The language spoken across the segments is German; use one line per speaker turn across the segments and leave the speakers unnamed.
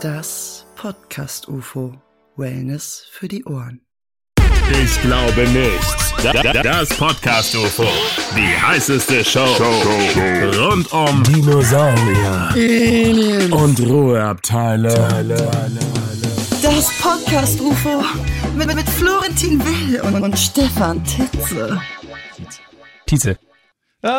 Das Podcast UFO Wellness für die Ohren.
Ich glaube nicht. Da- da- Das Podcast UFO. Die heißeste Show. Rund um Dinosaurier
Alien.
und Ruheabteile.
Das Podcast UFO mit, mit Florentin Will und, und Stefan Tetze.
Tietze.
Ah!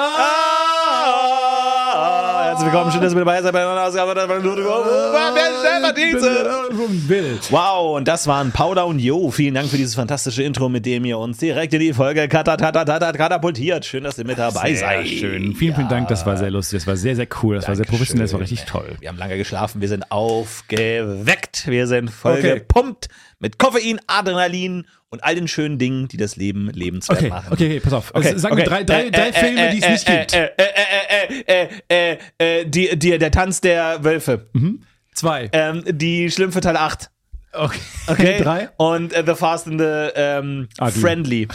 Herzlich willkommen, schön, dass ihr mit dabei seid bei einer neuen Ausgabe der Stefan Dienze. Wow, und das waren Powder und Jo. Vielen Dank für dieses fantastische Intro, mit dem ihr uns direkt in die Folge katat- katat- katat- katapultiert. Schön, dass ihr mit dabei
Sehr
seid.
schön. Vielen, vielen Dank. Das war sehr lustig. Das war sehr, sehr cool. Das war sehr professionell. Das war richtig toll.
Wir haben lange geschlafen, wir sind aufgeweckt, wir sind voll gepumpt mit Koffein, Adrenalin und all den schönen Dingen, die das Leben lebenswert
Okay, okay,
machen.
okay, pass auf. Okay, Sag mir Also, drei, drei,
Äh,
drei
äh,
Filme,
äh,
die es nicht
äh,
gibt.
Äh, äh, äh, äh, äh, äh, die, die, der Tanz der Wölfe.
Mhm. Zwei.
Ähm, die Schlimm für Teil 8.
Okay.
Okay.
Drei. Ah,
Und äh, The Fast and the ähm,
Ugly.
Friendly.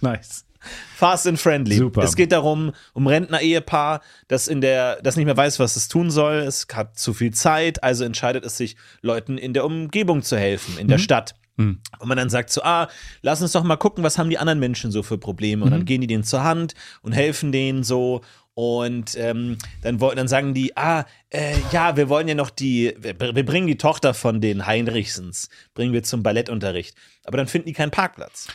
Nice.
Fast and Friendly.
Super.
Es geht darum, um Rentner-Ehepaar, das in der, das nicht mehr weiß, was es tun soll. Es hat zu viel Zeit, also entscheidet es sich, Leuten in der Umgebung zu helfen, in der Stadt. Und man dann sagt so, ah, lass uns doch mal gucken, was haben die anderen Menschen so für Probleme. Und dann gehen die denen zur Hand und helfen denen so. Und ähm, dann wollten, dann sagen die, ah, äh, ja, wir wollen ja noch die, wir, wir bringen die Tochter von den Heinrichsens, bringen wir zum Ballettunterricht. Aber dann finden die keinen Parkplatz.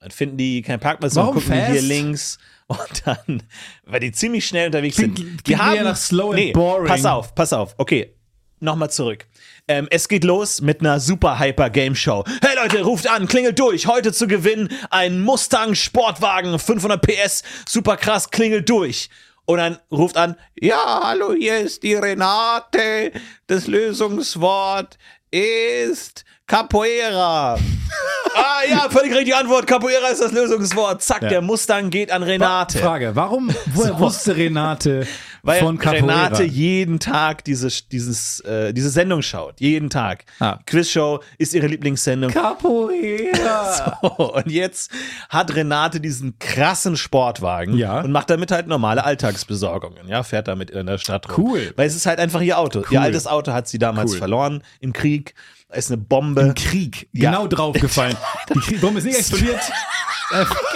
Dann finden die keinen Parkplatz und
Warum
gucken die hier
fast?
links und dann, weil die ziemlich schnell unterwegs
Klingt-
sind. Die
klingt eher nach slow and boring.
Pass auf, pass auf. Okay, nochmal zurück. Ähm, es geht los mit einer super hyper Game Show. Hey Leute, ruft an, klingelt durch. Heute zu gewinnen ein Mustang Sportwagen 500 PS, super krass, klingelt durch. Und dann ruft an, ja, hallo, hier ist die Renate. Das Lösungswort ist Capoeira. ah ja, völlig richtige Antwort. Capoeira ist das Lösungswort. Zack, der Mustang geht an Renate.
Frage. Warum woher wusste Renate
Weil
von Capoeira?
Renate jeden Tag diese, dieses, äh, diese Sendung schaut. Jeden Tag.
Ah.
Quizshow ist ihre Lieblingssendung.
Capoeira.
So, und jetzt hat Renate diesen krassen Sportwagen
Ja.
und macht damit halt normale Alltagsbesorgungen. Ja, fährt damit in der Stadt rum.
Cool.
Weil es ist halt einfach ihr Auto. Ihr altes Auto hat sie damals
Cool.
verloren im Krieg. Da ist eine Bombe. Im Krieg.
Genau draufgefallen. Die Krie- Bombe ist nicht explodiert.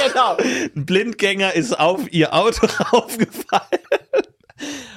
genau. Ein Blindgänger ist auf ihr Auto raufgefallen.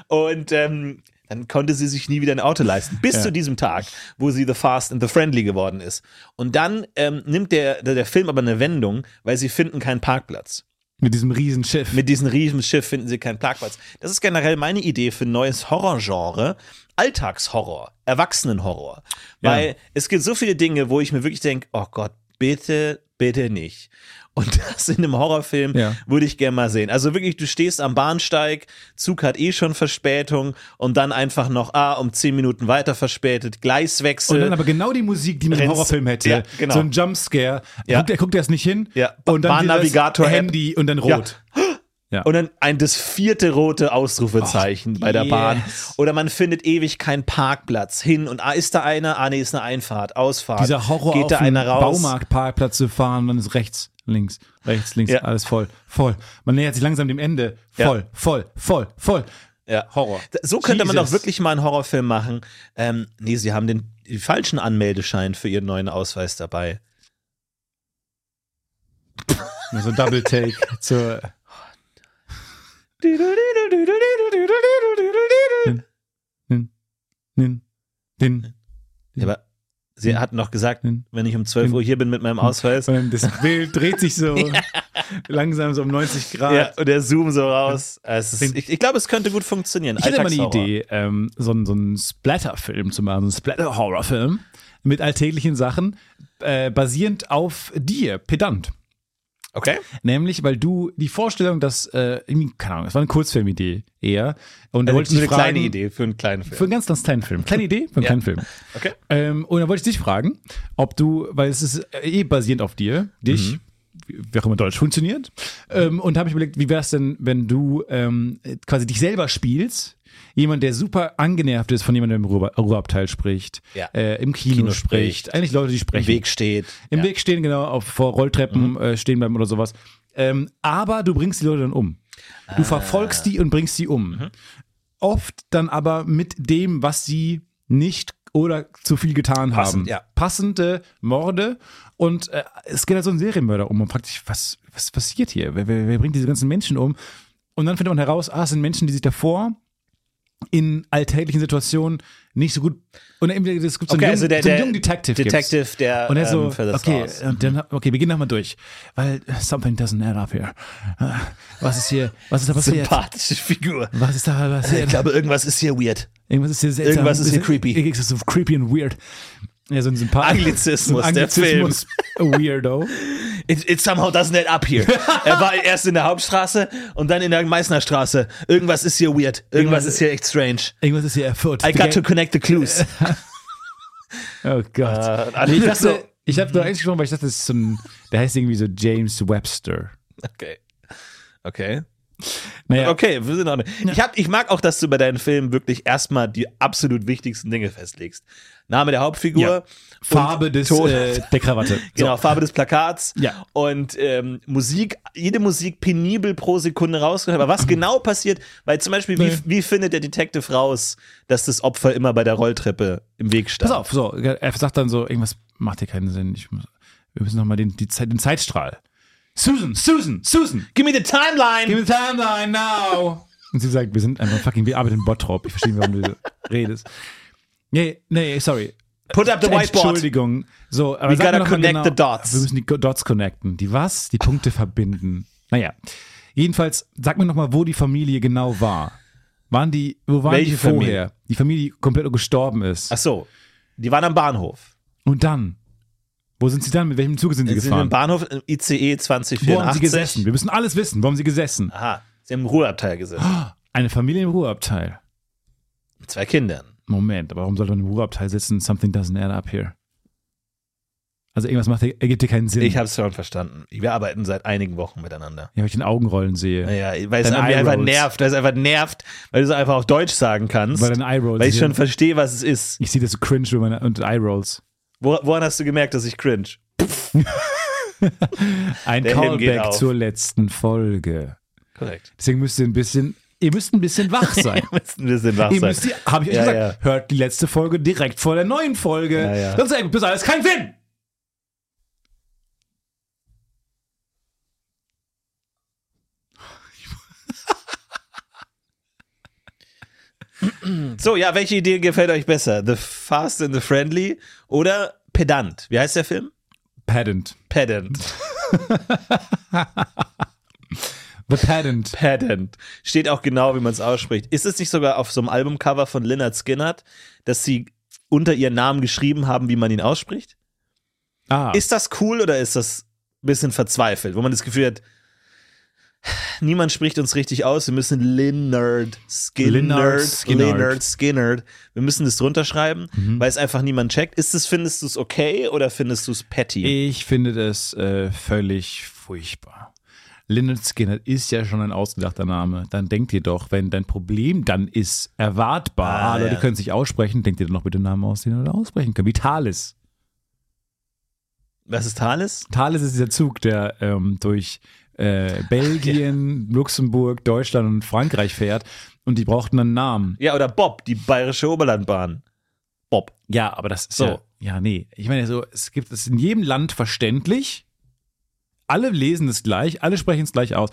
Und ähm, dann konnte sie sich nie wieder ein Auto leisten. Bis zu diesem Tag, wo sie The Fast and the Friendly geworden ist. Und dann ähm, nimmt der, der, der Film aber eine Wendung, weil sie finden keinen Parkplatz.
Mit diesem Riesenschiff.
Mit diesem Riesenschiff finden sie keinen Parkplatz. Das ist generell meine Idee für ein neues Horrorgenre. Alltagshorror, Erwachsenenhorror. Weil es gibt so viele Dinge, wo ich mir wirklich denke, oh Gott, bitte, bitte nicht. Und das in einem Horrorfilm
Ja.
würde ich gerne mal sehen. Also wirklich, du stehst am Bahnsteig, Zug hat eh schon Verspätung und dann einfach noch, ah, um zehn Minuten weiter verspätet, Gleiswechsel.
Und dann aber genau die Musik, die man im
Renz-
Horrorfilm hätte.
Ja, genau.
So ein Jumpscare.
Ja.
Guckt er guckt erst nicht hin.
Ja.
Und dann
Bahnnavigator-
das Handy und dann
Ja.
rot.
Und dann ein, das vierte rote Ausrufezeichen bei der
yes.
Bahn. Oder man findet ewig keinen Parkplatz hin. Und ah, ist da einer? Ah, nee, ist eine Einfahrt, Ausfahrt.
Dieser Horror
Geht da
auf einen
einer raus?
Baumarktparkplatz zu fahren, dann ist rechts, links, rechts, links,
Ja.
alles voll, voll. Man nähert sich langsam dem Ende.
Ja.
Voll, voll, voll, voll.
Ja.
Horror.
D- So könnte man doch
Jesus.
wirklich mal einen Horrorfilm machen. Ähm, nee, sie haben den, den falschen Anmeldeschein für ihren neuen Ausweis dabei.
Nur So ein Double Take zur. Nin, nin, nin.
Ja, aber sie hatten doch gesagt,
Hm.
wenn ich um 12 Uhr hier bin mit meinem Ausweis.
Und dann das Bild dreht sich so langsam so um 90 Grad.
Ja, und der Zoom so raus. Es ist,
Klingt-
ich ich glaube, es könnte gut funktionieren.
Ich hätte mal eine
Alltagshorror.
Idee, ähm, so, einen- so einen Splatter-Film zu machen, so einen Splatter-Horror-Film mit alltäglichen Sachen, äh, basierend auf dir, pedant.
Okay.
Nämlich, weil du die Vorstellung, dass, äh, irgendwie, keine Ahnung, das war eine Kurzfilmidee eher. Und da
Also
wollte ich
eine
dich fragen,
kleine Idee für einen kleinen Film.
Für einen ganz, ganz kleinen Film. Kleine Idee für einen kleinen Film.
Okay.
Ähm, und da wollte ich dich fragen, ob du, weil es ist eh basierend auf dir, dich,
Mhm.
wie- wie auch immer Deutsch funktioniert, ähm, und habe ich überlegt, wie wäre es denn, wenn du ähm, quasi dich selber spielst, jemand, der super angenervt ist von jemandem, der im Ruhe- Ruheabteil spricht,
Ja.
äh, im Kino,
Kino
spricht,
spricht.
eigentlich Leute, die
Im
sprechen.
Weg steht.
Im
ja. Mhm.
Weg stehen, genau, auf, vor Rolltreppen äh, stehen bleiben oder sowas. Ähm, aber du bringst die Leute dann um.
Ah.
Du verfolgst
Mhm.
die und bringst sie um. Oft dann aber mit dem, was sie nicht oder zu viel getan
Passend,
haben.
ja.
Passende Morde und äh, es geht halt so ein Serienmörder um und fragt sich, was, was passiert hier? Wer, wer, wer bringt diese ganzen Menschen um? Und dann findet man heraus, ah, es sind Menschen, die sich davor in alltäglichen Situationen nicht so gut und eben, es gibt so
Okay,
einen jungen,
also der,
so einen
der
jungen Detective, gibt's.
Detective, der
Und er so,
ähm, für das
okay, äh,
Haus.
und dann, okay, wir gehen nochmal durch. Weil äh, something doesn't add up here. Äh, Was ist hier, was ist da passiert?
Sympathische Figur.
Was ist da
Ich
passiert?
glaube, irgendwas ist hier weird.
Irgendwas ist hier seltsam.
Irgendwas ist hier creepy.
Irgendwas ist so creepy und weird. Ja, so ein sympathischer
Anglizismus, der
Weirdo.
It, it somehow doesn't add up here. er war erst in der Hauptstraße und dann in der Meißner Straße. Irgendwas ist hier weird. Irgendwas ist hier echt strange.
Irgendwas ist hier erfurt.
I got to connect the clues.
Oh Gott.
Äh,
nee, ich
so-
dachte, ich habe nur eins gesprochen, weil ich dachte, das ist so ein, der heißt irgendwie so James Webster.
Okay. Okay.
Naja,
Okay, wir sind auch nicht. Ich, hab, ich mag auch, dass du bei deinen Filmen wirklich erstmal die absolut wichtigsten Dinge festlegst. Name der Hauptfigur,
Ja. Farbe
und
des,
Ton-
äh, der Krawatte.
genau, Farbe des Plakats
Ja.
und ähm, Musik, jede Musik penibel pro Sekunde rausgehört. Aber was genau passiert, weil zum Beispiel, wie,
Mhm. Nee.
wie findet der Detective raus, dass das Opfer immer bei der Rolltreppe im Weg stand?
Pass auf, so, er sagt dann so, irgendwas macht hier keinen Sinn. Ich muss, wir müssen nochmal den, die Zeit, den Zeitstrahl. Susan, Susan, Susan,
Give me the timeline!
give me the timeline now. Und sie sagt, wir sind einfach fucking, wir arbeiten in Bottrop. Ich verstehe, warum du so redest. Nee, nee, sorry.
Put up the whiteboard!
Entschuldigung. So, aber
We
sag mir
gotta
noch mal
connect
genau,
the dots.
Wir müssen die Dots connecten. Die was? Die Punkte verbinden. Naja. Jedenfalls, sag mir nochmal, wo die Familie genau war. Waren die, wo waren
Welche
die vorher?
Familie?
Die Familie, die komplett gestorben ist.
Ach so, die waren am Bahnhof.
Und dann? Wo sind sie dann? Mit welchem Zug sind sie
Sie sind
gefahren?
im Bahnhof im E ICE
Wo haben sie
2084.
gesessen? Wir müssen alles wissen. Wo haben sie gesessen?
Aha, sie haben im Ruheabteil gesessen.
Ah. Eine Familie im Ruheabteil.
Mit zwei Kindern.
Moment, aber warum sollte man im Ruheabteil sitzen? Something doesn't add up here. Also irgendwas macht, ergibt dir keinen Sinn.
Ich habe es schon verstanden. Wir arbeiten seit einigen Wochen miteinander.
ja, weil ich den Augenrollen sehe.
Naja, weil es
Deine
mich einfach
Eye-Rolls.
nervt, weil es einfach nervt, weil du es einfach auf Deutsch sagen kannst.
Weil deine Eye-Rolls
Weil ich
sind-
schon verstehe, was es ist.
Ich sehe das so cringe über meine, und Eye Rolls.
Wo- Woran hast du gemerkt, dass ich cringe?
Ein
Der Helm geht
Callback
auf.
zur letzten Folge.
Korrekt.
Deswegen müsst ihr ein bisschen, ihr müsst ein bisschen wach sein.
Wir müssen ein bisschen wach
ihr
sein.
müsst, habe ich euch
Ja,
gesagt, hört die letzte Folge direkt vor der neuen Folge.
Ja, ja.
Sonst ergibt das alles keinen Sinn.
So, ja, welche Idee gefällt euch besser? The Fast and the Friendly oder Pedant? Wie heißt der Film?
Patent.
Pedant.
The Patent.
Pedant. Steht auch genau, wie man es ausspricht. Ist es nicht sogar auf so einem Albumcover von Lynyrd Skynyrd, dass sie unter ihren Namen geschrieben haben, wie man ihn ausspricht?
Ah,
Ist das cool oder ist das ein bisschen verzweifelt, wo man das Gefühl hat, niemand spricht uns richtig aus, wir müssen Linnard,
Lynyrd
Skinnerd,
Skynyrd.
Linnard, Skinnerd, wir müssen das drunter schreiben, weil es einfach niemand checkt. Ist es, findest du es okay oder findest du es petty?
ich finde das äh, völlig furchtbar. Lynyrd Skynyrd ist ja schon ein ausgedachter Name. Dann denkt ihr doch, wenn dein Problem dann ist, erwartbar,
Ah,
Leute
ja.
können es nicht aussprechen, denkt ihr doch noch bitte Namen aus, den ihr aussprechen könnt. Wie Thales.
Was ist Thales?
Thales ist dieser Zug, der ähm, durch äh, Belgien, Luxemburg, Deutschland und Frankreich fährt. Und die brauchten einen Namen.
Ja, oder Bob, die Bayerische Oberlandbahn. Bob.
Ja, aber das ist
So.
ja, ja nee. Ich meine so, es gibt es ist in jedem Land verständlich. Alle lesen es gleich, alle sprechen es gleich aus.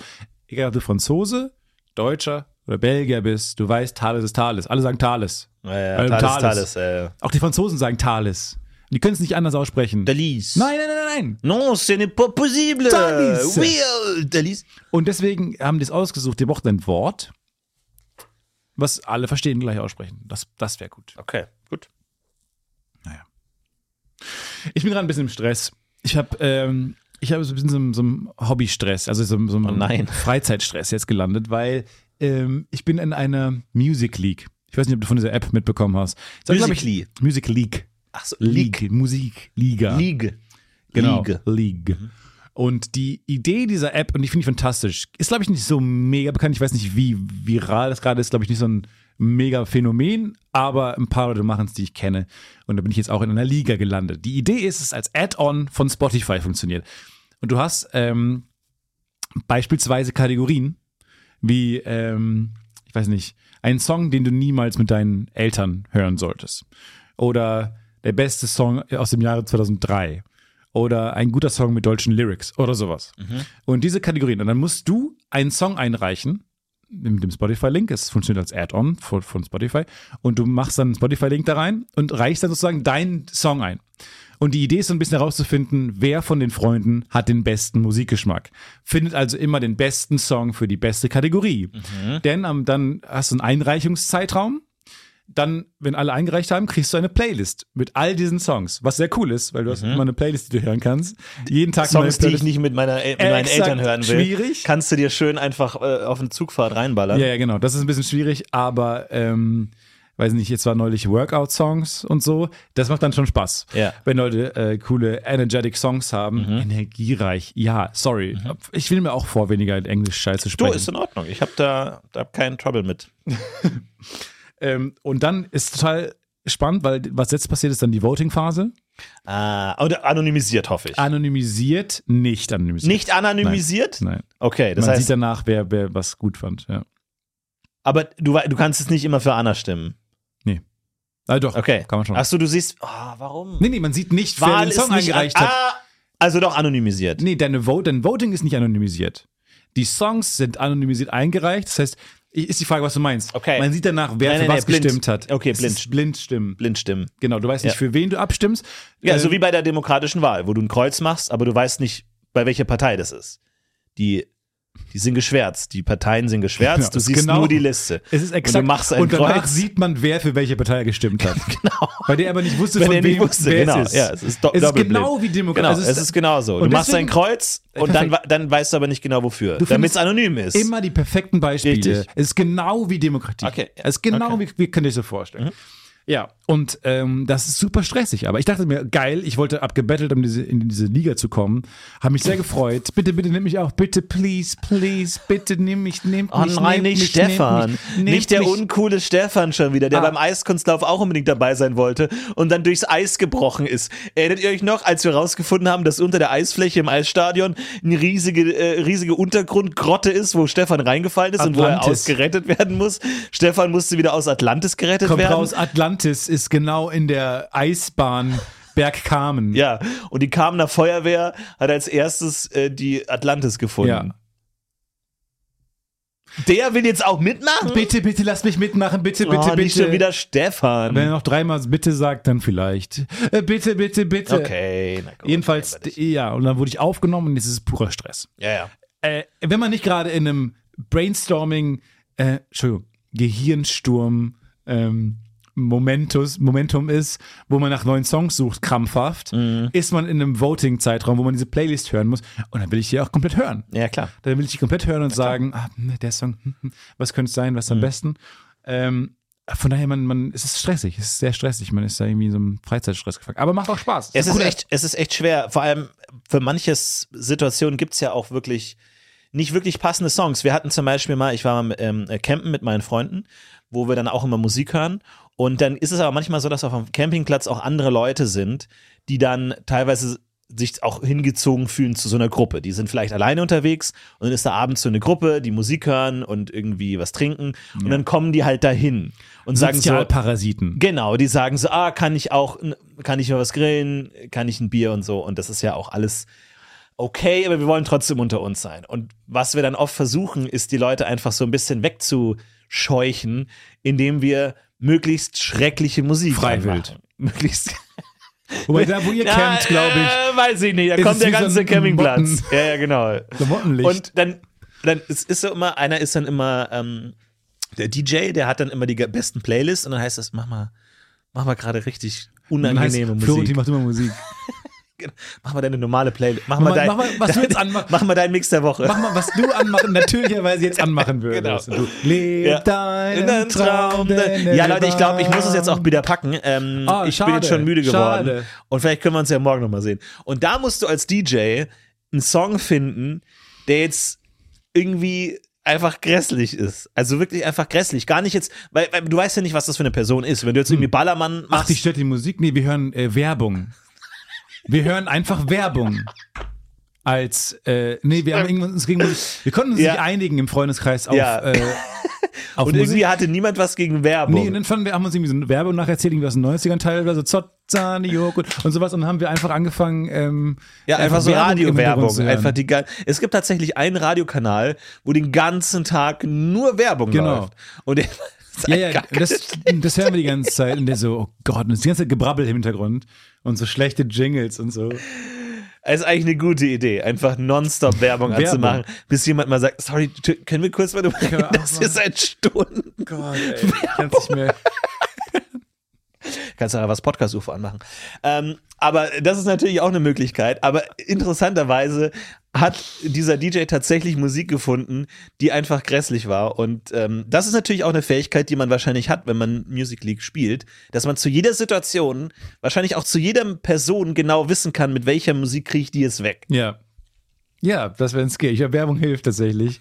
Egal, ob du Franzose, Deutscher oder Belgier bist, du weißt, Thales ist Thales. Alle sagen Thales.
Ja, ja,
Ähm,
Thales,
Thales.
Thales. Äh.
Auch die Franzosen sagen Thales. Und die können es nicht anders aussprechen. Nein,
Dalis.
nein, nein, nein.
Non, ce n'est pas possible.
Thalys.
Oui, äh, Thalys.
Und deswegen haben die es ausgesucht. Die brauchten ein Wort, was alle verstehen und gleich aussprechen. Das, das wäre gut.
Okay, gut.
Ich bin gerade ein bisschen im Stress. Ich habe ähm, ich habe so ein bisschen so, einen- so einen Hobbystress, also so, einen- so einen
Oh nein.
Freizeitstress jetzt gelandet, weil ähm, ich bin in einer Music League. Ich weiß nicht, ob du von dieser App mitbekommen hast. Das war, glaub
Music
ich,
League.
Music League.
Ach so, League.
League. Musik. Liga.
League.
Genau.
League.
League. Und die Idee dieser App, und die finde ich fantastisch, ist, glaube ich, nicht so mega bekannt. Ich weiß nicht, wie viral das gerade ist, glaube ich, nicht so ein mega Phänomen, aber ein paar Leute machen es, die ich kenne. Und da bin ich jetzt auch in einer Liga gelandet. Die Idee ist, es als Add-on von Spotify funktioniert. Und du hast ähm, beispielsweise Kategorien, wie, ähm, ich weiß nicht, einen Song, den du niemals mit deinen Eltern hören solltest. oder der beste Song aus dem Jahre 2003 oder ein guter Song mit deutschen Lyrics oder sowas. Und diese Kategorien. Und dann musst du einen Song einreichen mit dem Spotify-Link. Es funktioniert als Add-on von, von Spotify. Und du machst dann einen Spotify-Link da rein und reichst dann sozusagen deinen Song ein. Und die Idee ist so ein bisschen herauszufinden, wer von den Freunden hat den besten Musikgeschmack. Findet also immer den besten Song für die beste Kategorie.
Mhm.
Denn am, dann hast du einen Einreichungszeitraum dann, wenn alle eingereicht haben, kriegst du eine Playlist mit all diesen Songs, was sehr cool ist, weil du hast immer eine Playlist, die du hören kannst. Jeden Tag eine neue
Mhm. Songs, die ich
Playlist.
nicht mit, meiner, El- mit meinen
Äh, Exakt.
Eltern hören will,
Schwierig.
kannst du dir schön einfach äh, auf eine Zugfahrt reinballern.
Ja, ja, genau. Das ist ein bisschen schwierig, aber ähm, weiß nicht, jetzt war neulich Workout-Songs und so. Das macht dann schon Spaß.
Ja. Mhm.
Wenn Leute äh, coole energetic Songs haben. Energiereich. Ja, sorry. Ich will mir auch vor, weniger in Englisch scheiße
Du,
sprechen.
ist in Ordnung. Ich habe da, da hab keinen Trouble mit.
ähm, und dann ist total spannend, weil was jetzt passiert, ist dann die Voting-Phase.
Ah, oder anonymisiert, hoffe ich.
Anonymisiert, nicht anonymisiert.
Nicht anonymisiert?
Nein.
Okay, das
Man sieht
heißt,
danach, wer, wer was gut fand. Ja.
aber du, wei- du kannst es nicht immer für Anna stimmen.
Ah, doch,
Okay.
kann man schon.
Achso, du siehst, ah, warum?
nee, nee, man sieht nicht, wer den Song eingereicht hat.
Ah, also doch anonymisiert.
Nee, deine Vote, dein Voting ist nicht anonymisiert. Die Songs sind anonymisiert eingereicht. Das heißt, ist die Frage, was du meinst.
Okay.
Man sieht danach, wer
Nein,
für
nein,
was
nein, blind.
gestimmt hat.
Okay,
es
blind.
Ist blind stimmen.
Blind stimmen.
Genau, du weißt nicht,
Ja.
für wen du abstimmst.
Ja,
Äh,
so wie bei der demokratischen Wahl, wo du ein Kreuz machst, aber du weißt nicht, bei welcher Partei das ist. Die, die sind geschwärzt, die Parteien sind geschwärzt,
Ja,
du
ist
siehst
genau-
nur die Liste.
es ist exakt.
Und du machst ein
und danach
Kreuz.
sieht man, wer für welche Partei gestimmt hat. genau. Weil der aber nicht wusste,
wenn
von
er
wem
nicht wusste,
wer
genau.
es ist.
Ja, es ist, do
es ist
doppelblind.
genau wie Demokratie.
Genau,
Also
es ist genau so. Du
und
machst ein
deswegen-
Kreuz und dann, wa- dann weißt du aber nicht genau wofür, damit es
findest
anonym ist.
Immer die perfekten Beispiele.
Richtig.
Es ist genau wie Demokratie.
Okay, ja.
Es ist genau
Okay. Mhm.
wie, wie könnt ihr euch so vorstellen. Ja, und ähm, das ist super stressig. Aber ich dachte mir, geil, ich wollte abgebettelt, um diese, in diese Liga zu kommen. Habe mich sehr gefreut. Bitte, bitte nimm mich auch. Bitte, please, please, bitte nimm mich, nimm mich.
Oh nein,
nimm
nicht
mich, nimm
Stefan.
mich, nimm
nicht der
mich.
uncoole Stefan schon wieder, der
Ah.
beim Eiskunstlauf auch unbedingt dabei sein wollte und dann durchs Eis gebrochen ist. Erinnert ihr euch noch, als wir rausgefunden haben, dass unter der Eisfläche im Eisstadion eine riesige, äh, riesige Untergrundgrotte ist, wo Stefan reingefallen ist und wo er
Atlantis.
ausgerettet werden muss? Stefan musste wieder aus Atlantis gerettet
Kommt
werden.
raus, Atlantis ist genau in der Eisbahn Berg Carmen.
Ja, und die Kamener Feuerwehr hat als erstes äh, die Atlantis gefunden.
ja.
Der will jetzt auch mitmachen?
Bitte, bitte, lass mich mitmachen. Bitte, bitte,
oh,
bitte.
nicht schon wieder Stefan.
Wenn er noch dreimal bitte sagt, dann vielleicht. Äh, bitte, bitte, bitte.
Okay, na gut.
Jedenfalls, ja, und dann wurde ich aufgenommen und es ist purer Stress.
Ja, ja.
Äh, wenn man nicht gerade in einem Brainstorming, äh, Entschuldigung, Gehirnsturm, ähm, Momentus, Momentum ist, wo man nach neuen Songs sucht, krampfhaft,
Mhm.
ist man in einem Voting-Zeitraum, wo man diese Playlist hören muss. Und dann will ich die auch komplett hören.
Ja, klar.
Dann will ich die komplett hören und sagen, ah, ne, der Song, hm, hm, was könnte es sein, was ist
Mhm.
am besten? Ähm, von daher, man, man, es ist stressig, es ist sehr stressig, man ist da irgendwie in so einem Freizeitstress gefangen. Aber macht auch Spaß.
Es ist,
cool.
echt, es ist echt schwer. Vor allem für manche Situationen gibt es ja auch wirklich nicht wirklich passende Songs. Wir hatten zum Beispiel mal, ich war mal ähm, campen mit meinen Freunden, wo wir dann auch immer Musik hören. Und dann ist es aber manchmal so, dass auf dem Campingplatz auch andere Leute sind, die dann teilweise sich auch hingezogen fühlen zu so einer Gruppe. Die sind vielleicht alleine unterwegs und dann ist da abends so eine Gruppe, die Musik hören und irgendwie was trinken. Und dann kommen die halt dahin und sagen so,
Sozialparasiten.
Genau, die sagen so, ah, kann ich auch, kann ich mal was grillen, kann ich ein Bier und so. Und das ist ja auch alles okay, aber wir wollen trotzdem unter uns sein. Und was wir dann oft versuchen, ist, die Leute einfach so ein bisschen wegzuscheuchen, indem wir möglichst schreckliche Musik
Freiwild.
anmachen. Möglichst.
Wobei da, wo ihr
Ja,
campt, glaube ich,
Äh, weiß ich nicht, da
ist
kommt
es
der
wie so
ganze
ein
Campingplatz. Ja, ja, genau.
Klamottenlicht.
Und dann, dann ist, ist so immer, einer ist dann immer ähm, der DJ, der hat dann immer die ge- besten Playlists und dann heißt es, mach mal, mach mal gerade richtig
Dann heißt,
unangenehme Musik.
Florentin macht immer Musik.
Mach mal deine normale Playlist. Mach,
Mach
mal, dein,
mal- mach mal, was du
dein,
jetzt anmach-
Mach mal deinen Mix der Woche.
Mach mal, was du anmachen, natürlicherweise jetzt anmachen würdest.
Genau.
Und Du, leb
Ja. ne.
deinen Traum.
ja, Leute, ich glaube, ich muss es jetzt auch wieder packen. Ähm,
Ah,
ich
schade,
bin jetzt schon müde geworden.
schade.
Und vielleicht können wir uns ja morgen nochmal sehen. Und da musst du als DJ einen Song finden, der jetzt irgendwie einfach grässlich ist. Also wirklich einfach grässlich. Gar nicht jetzt, weil, weil du weißt ja nicht, was das für eine Person ist. Wenn du jetzt irgendwie Ballermann
Hm. Ach,
machst.
dich stört die Musik? Nee, wir hören äh, Werbung. Wir hören einfach Werbung. Als, äh, nee, wir haben irgendwas uns gegen Musik. Wir konnten uns
Ja.
nicht einigen im Freundeskreis auf
Ja.
äh, Auf
und
Musik-
irgendwie hatte niemand was gegen Werbung.
Nee, und dann fanden wir, haben uns irgendwie so eine Werbung nacherzählt, irgendwie aus den 90ern teilweise, Zotzani, Joghurt und sowas. Und dann haben wir einfach angefangen, ähm,
Ja, einfach, so
Werbung im Hintergrund
Radiowerbung.
zu hören.
Einfach die gan- Es gibt tatsächlich einen Radiokanal, wo den ganzen Tag nur Werbung
Genau.
läuft. Und der ist
Ja,
ein
ja,
Kack.
das, das hören wir die ganze Zeit. Und der so, oh Gott, und das ganze Gebrabbel im Hintergrund und so schlechte Jingles und so.
ist eigentlich eine gute Idee, einfach nonstop Werbung
Werbung.
anzumachen, bis jemand mal sagt, sorry, t- können wir kurz mal drüber
wir
reden?
auch
Das
mal-
ist seit Stunden.
Gott, ey, kannst nicht mehr.
Kannst du ja was Podcast-UFO anmachen. Ähm, aber das ist natürlich auch eine Möglichkeit. Aber interessanterweise hat dieser DJ tatsächlich Musik gefunden, die einfach grässlich war. Und ähm, das ist natürlich auch eine Fähigkeit, die man wahrscheinlich hat, wenn man Music League spielt, dass man zu jeder Situation, wahrscheinlich auch zu jeder Person genau wissen kann, mit welcher Musik kriege ich die jetzt weg.
Ja. Ja, das wäre ein Skill. Ich glaube, Werbung hilft tatsächlich.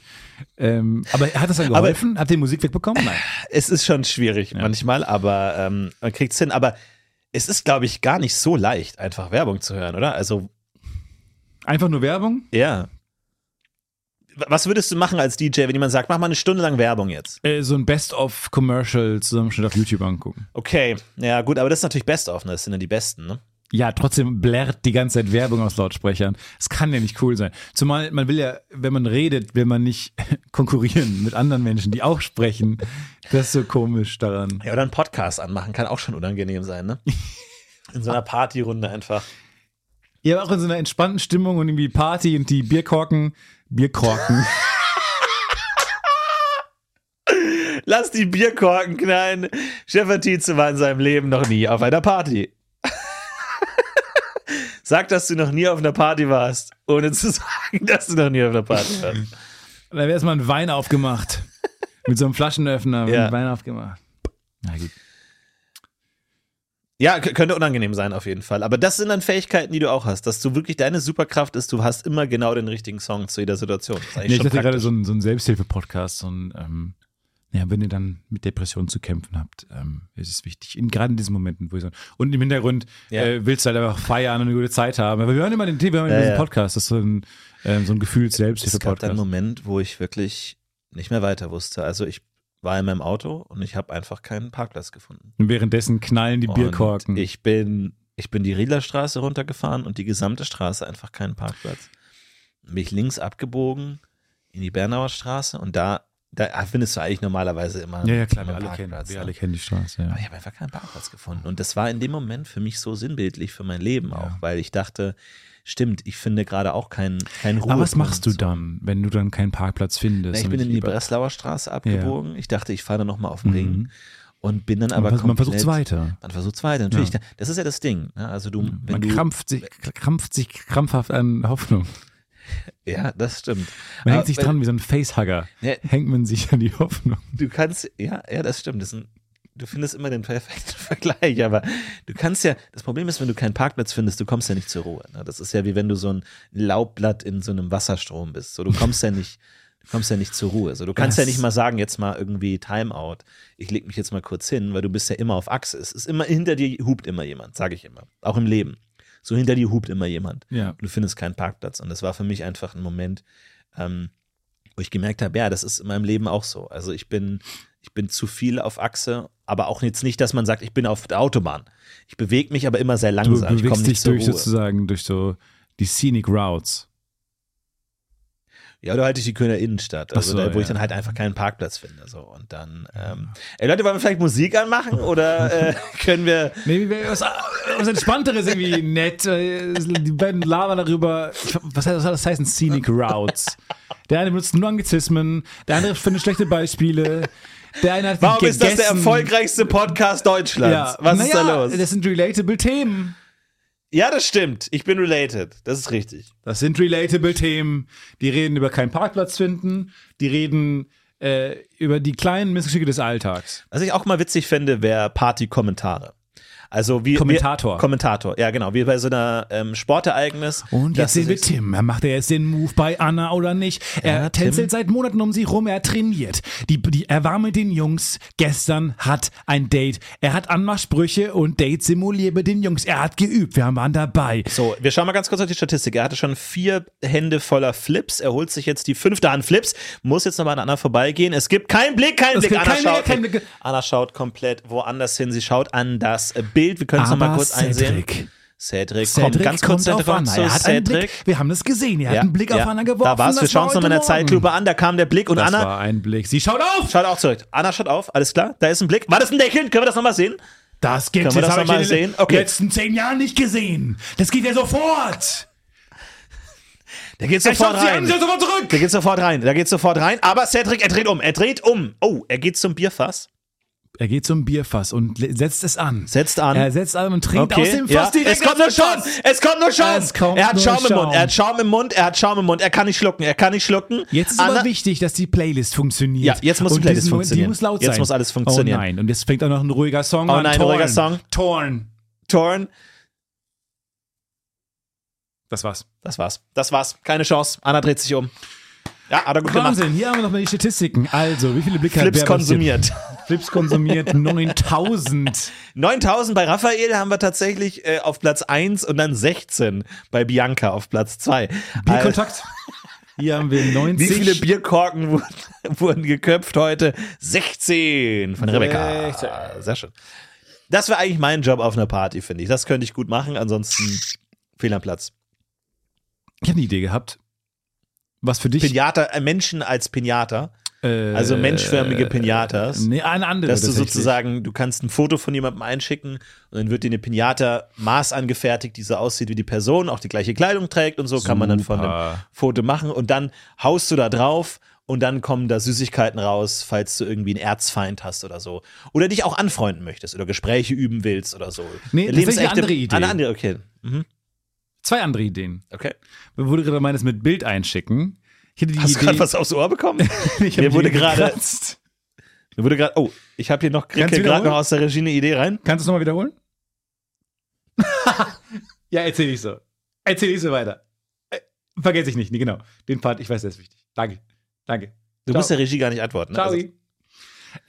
Ähm, aber hat das dann
Aber-
geholfen? Habt ihr die Musik wegbekommen? Nein.
Es ist schon schwierig manchmal, aber ähm, man kriegt es hin. Aber es ist, glaube ich, gar nicht so leicht, einfach Werbung zu hören, oder? Also,
Einfach nur Werbung?
ja. W- Was würdest du machen als DJ, wenn jemand sagt, mach mal eine Stunde lang Werbung jetzt?
Äh, so ein Best-of-Commercial-Zusammenschnitt auf YouTube angucken.
Okay, ja gut, aber das ist natürlich Best-of, ne? das sind ja die Besten, ne?
Ja, trotzdem blärt die ganze Zeit Werbung aus Lautsprechern. Das kann ja nicht cool sein. Zumal man will ja, wenn man redet, will man nicht konkurrieren mit anderen Menschen, die auch sprechen. Das ist so komisch daran.
Ja, oder einen Podcast anmachen kann auch schon unangenehm sein, ne? In so einer Partyrunde einfach.
Ja, aber auch in so einer entspannten Stimmung und irgendwie Party und die Bierkorken, Bierkorken.
Lass die Bierkorken knallen. Stefan Tietze war in seinem Leben noch nie auf einer Party. Sag, dass du noch nie auf einer Party warst, ohne zu sagen, dass du noch nie auf einer Party warst.
da wäre erstmal ein Wein aufgemacht. Mit so einem Flaschenöffner,
Ja.
ja. Wein aufgemacht. Na gut.
Ja, k- könnte unangenehm sein auf jeden Fall. Aber das sind dann Fähigkeiten, die du auch hast, dass du wirklich deine Superkraft ist, du hast immer genau den richtigen Song zu jeder Situation. Das ist eigentlich
Nee, ich
schon
hatte gerade
praktisch.
so einen, so einen Selbsthilfe-Podcast, so ein, ähm, ja, wenn ihr dann mit Depressionen zu kämpfen habt, ähm, ist es wichtig, in, gerade in diesen Momenten, wo ihr so, und im Hintergrund
Ja.
äh, willst du halt einfach feiern und eine gute Zeit haben. Aber wir hören immer den Tee, wir hören
Ja,
immer diesen
ja.
Podcast, das ist so ein,
es gab
ähm, so ein
dann einen
Gefühlshilfe-Podcast.
Moment, wo ich wirklich nicht mehr weiter wusste. Also ich war in meinem Auto und ich habe einfach keinen Parkplatz gefunden.
Und währenddessen knallen
Oh,
die Bierkorken.
Und ich bin, ich bin die Riedler Straße runtergefahren und die gesamte Straße einfach keinen Parkplatz. Bin ich links abgebogen in die Bernauer Straße und da, da findest du eigentlich normalerweise immer
ja, ja, klar,
immer
wir alle,
einen
kennen,
Parkplatz,
wir
ne?
alle kennen die Straße.
Aber
Ja.
ich habe einfach keinen Parkplatz gefunden. Und das war in dem Moment für mich so sinnbildlich für mein Leben auch, weil ich dachte, stimmt, ich finde gerade auch keinen keinen Ruhe.
Aber was machst du dann, wenn du dann keinen Parkplatz findest?
ich
Und
bin in die
lieber-
Breslauer Straße abgebogen. Ich dachte, ich fahre da nochmal auf den Ring und bin dann aber
Mhm. man, vers- man
komplett-
versucht es weiter. Mhm.
Man versucht es weiter. Natürlich, das ist ja das Ding. Ne? Also du, wenn
Man
du,
krampft sich, krampft sich krampfhaft an Hoffnung.
ja, das stimmt. Aber
Man hängt sich
wenn-
dran wie so ein Facehugger.
Ja.
Hängt man sich an die Hoffnung.
Du kannst, ja, ja, das stimmt. Das ist ein, du findest immer den perfekten Vergleich, aber du kannst ja, das Problem ist, wenn du keinen Parkplatz findest, du kommst ja nicht zur Ruhe. Ne? Das ist ja wie wenn du so ein Laubblatt in so einem Wasserstrom bist. So, du kommst ja nicht, du kommst ja nicht zur Ruhe. So, du kannst ja
Das-
nicht mal sagen, jetzt mal irgendwie Timeout. Ich leg mich jetzt mal kurz hin, weil du bist ja immer auf Achse. Es ist immer, hinter dir hupt immer jemand, sage ich immer. Auch im Leben. So hinter dir hupt immer jemand.
Ja.
Du findest keinen Parkplatz. Und das war für mich einfach ein Moment, ähm, wo ich gemerkt habe, ja, das ist in meinem Leben auch so. Also ich bin, ich bin zu viel auf Achse, aber auch jetzt nicht, dass man sagt, ich bin auf der Autobahn. Ich bewege mich aber immer sehr
Du
langsam. ich komme
bewegst dich
nicht zur
durch
Ruhe.
sozusagen, durch so die Scenic Routes.
Ja, oder halt durch die Kölner Innenstadt, also
Ach so,
da, wo ich
ja.
dann halt einfach keinen Parkplatz finde. So. Und dann, ähm, ey Leute, wollen wir vielleicht Musik anmachen oder äh, können wir,
Nee, wie wär- was, was Entspannteres irgendwie nett. äh, Die beiden labern darüber. Ich- Was heißt was soll das heißen? Scenic Routes. Der eine benutzt nur Anglizismen, der andere findet schlechte Beispiele. Der eine hat
warum
gegessen.
ist das der erfolgreichste Podcast Deutschlands?
Ja.
Was ist
naja,
da los?
Das sind relatable Themen.
ja, das stimmt. Ich bin related. Das ist richtig.
Das sind relatable Themen. Die reden über keinen Parkplatz finden. Die reden äh, über die kleinen Missgeschicke des Alltags.
Was ich auch mal witzig fände, wäre Party-Kommentare. Also wie
Kommentator.
Wir, Kommentator, ja genau, wie bei so einer ähm, Sportereignis.
Und
dass
jetzt sehen
sie
wir
sich-
Tim. Er macht er jetzt den Move bei Anna oder nicht? Er
Ja,
tänzelt
Tim.
seit Monaten um sie rum. Er trainiert. Die, die, er war mit den Jungs. Gestern hat ein Date. Er hat Anmachsprüche und Dates simuliert mit den Jungs. Er hat geübt. Wir waren dabei.
So, wir schauen mal ganz kurz auf die Statistik. Er hatte schon vier Hände voller Flips. Er holt sich jetzt die fünfte an Flips. Muss jetzt noch mal an Anna vorbeigehen. Es gibt keinen Blick, keinen
Es
Blick.
gibt
Anna,
keinen
schaut,
Blick, keinen Blick.
Anna schaut komplett woanders hin. Sie schaut an das Bild. Wir können es noch mal
Aber
kurz einsehen.
Cedric.
Cedric, komm,
Cedric
ganz kurz
kommt auf
Hintergrund
Anna.
zu
Er hat einen
Cedric.
Blick. Wir haben das gesehen. Er hat
Ja,
einen Blick auf
ja.
Anna geworfen.
Da war's.
Das
Wir schauen es
war
nochmal in der
heute Morgen.
Zeitlupe an. Da kam der Blick und
Das
Anna
war ein Blick. Sie schaut auf!
schaut auch zurück. Anna schaut auf. Alles klar. Da ist ein Blick. War das ein Lächeln? Können wir das nochmal sehen?
Das gibt's
Können wir das
hab
noch mal
ich in den
sehen? Okay.
letzten zehn Jahren nicht gesehen. Das geht ja sofort.
Da geht's
Er
sofort
schaut sie an,
rein.
sie ist sofort zurück.
Da geht's sofort rein. Da geht's sofort rein. Aber Cedric, er dreht um. Er dreht um. Oh, er geht zum Bierfass.
Er geht zum Bierfass und le- setzt es an.
Setzt an.
Er setzt an und trinkt aus dem
ja.
Fass direkt
Es kommt
aus
nur
dem
Schaum.
Fass.
Es kommt nur Schaum.
Es kommt
er hat
nur
Schaum, im
Schaum.
Mund. Er hat Schaum im Mund. Er hat Schaum im Mund. Er kann nicht schlucken. Er kann nicht schlucken.
Jetzt ist
Anna,
aber wichtig, dass die Playlist funktioniert.
Ja, jetzt muss die
Und
Playlist
diesen Moment-
funktionieren.
Die muss laut
Jetzt
sein.
muss alles funktionieren.
Oh nein, und jetzt fängt auch noch ein ruhiger Song
Oh
an.
nein, ein
Torn.
ruhiger Song.
Torn.
Torn.
Das war's.
Das war's. Das war's. Keine Chance. Anna dreht sich um. Ja, hat er gut gemacht.
Wahnsinn, hier haben wir nochmal die Statistiken. Also, wie viele Blicke hat
Flips
wer was
konsumiert.
hier? Flips konsumiert 9000.
9000 bei Raphael haben wir tatsächlich äh, auf Platz 1 und dann 16 bei Bianca auf Platz 2.
Bierkontakt. Hier haben wir 90.
Wie viele Bierkorken wurden, wurden geköpft heute? 16 von Rebecca. Sehr schön. Das wäre eigentlich mein Job auf einer Party, finde ich. Das könnte ich gut machen, ansonsten fehl am Platz.
ich habe eine Idee gehabt. Was für dich?
Pinata, äh, Menschen als Pinata,
äh,
also menschförmige Pinatas.
Nee, eine andere.
Dass du
tatsächlich.
sozusagen, du kannst ein Foto von jemandem einschicken und dann wird dir eine Pinata Maß angefertigt, die so aussieht wie die Person, auch die gleiche Kleidung trägt und so kann man dann von dem
Super.
Foto machen und dann haust du da drauf und dann kommen da Süßigkeiten raus, falls du irgendwie einen Erzfeind hast oder so. Oder dich auch anfreunden möchtest oder Gespräche üben willst oder so.
Nee, das ist eine andere Idee.
Eine andere, okay. Mhm,
Zwei andere Ideen.
okay.
Wo du gerade meinst, mit Bild einschicken. Ich hätte die
Hast du
Idee.
gerade was aufs Ohr bekommen?
ich hab
Mir
die
wurde
Idee
gerade,
gekratzt.
mir wurde gerade, oh, ich habe hier noch, krieg
Kannst du
hier gerade
wiederholen?
noch aus der Regie eine Idee rein.
Kannst du es nochmal wiederholen? ja, erzähl ich so. Erzähl ich so weiter. Äh, vergesse ich nicht, nee, genau. Den Part, ich weiß, der ist wichtig. Danke. Danke.
Du
Ciao.
musst der Regie gar nicht antworten. ne?
Ciao.
Also-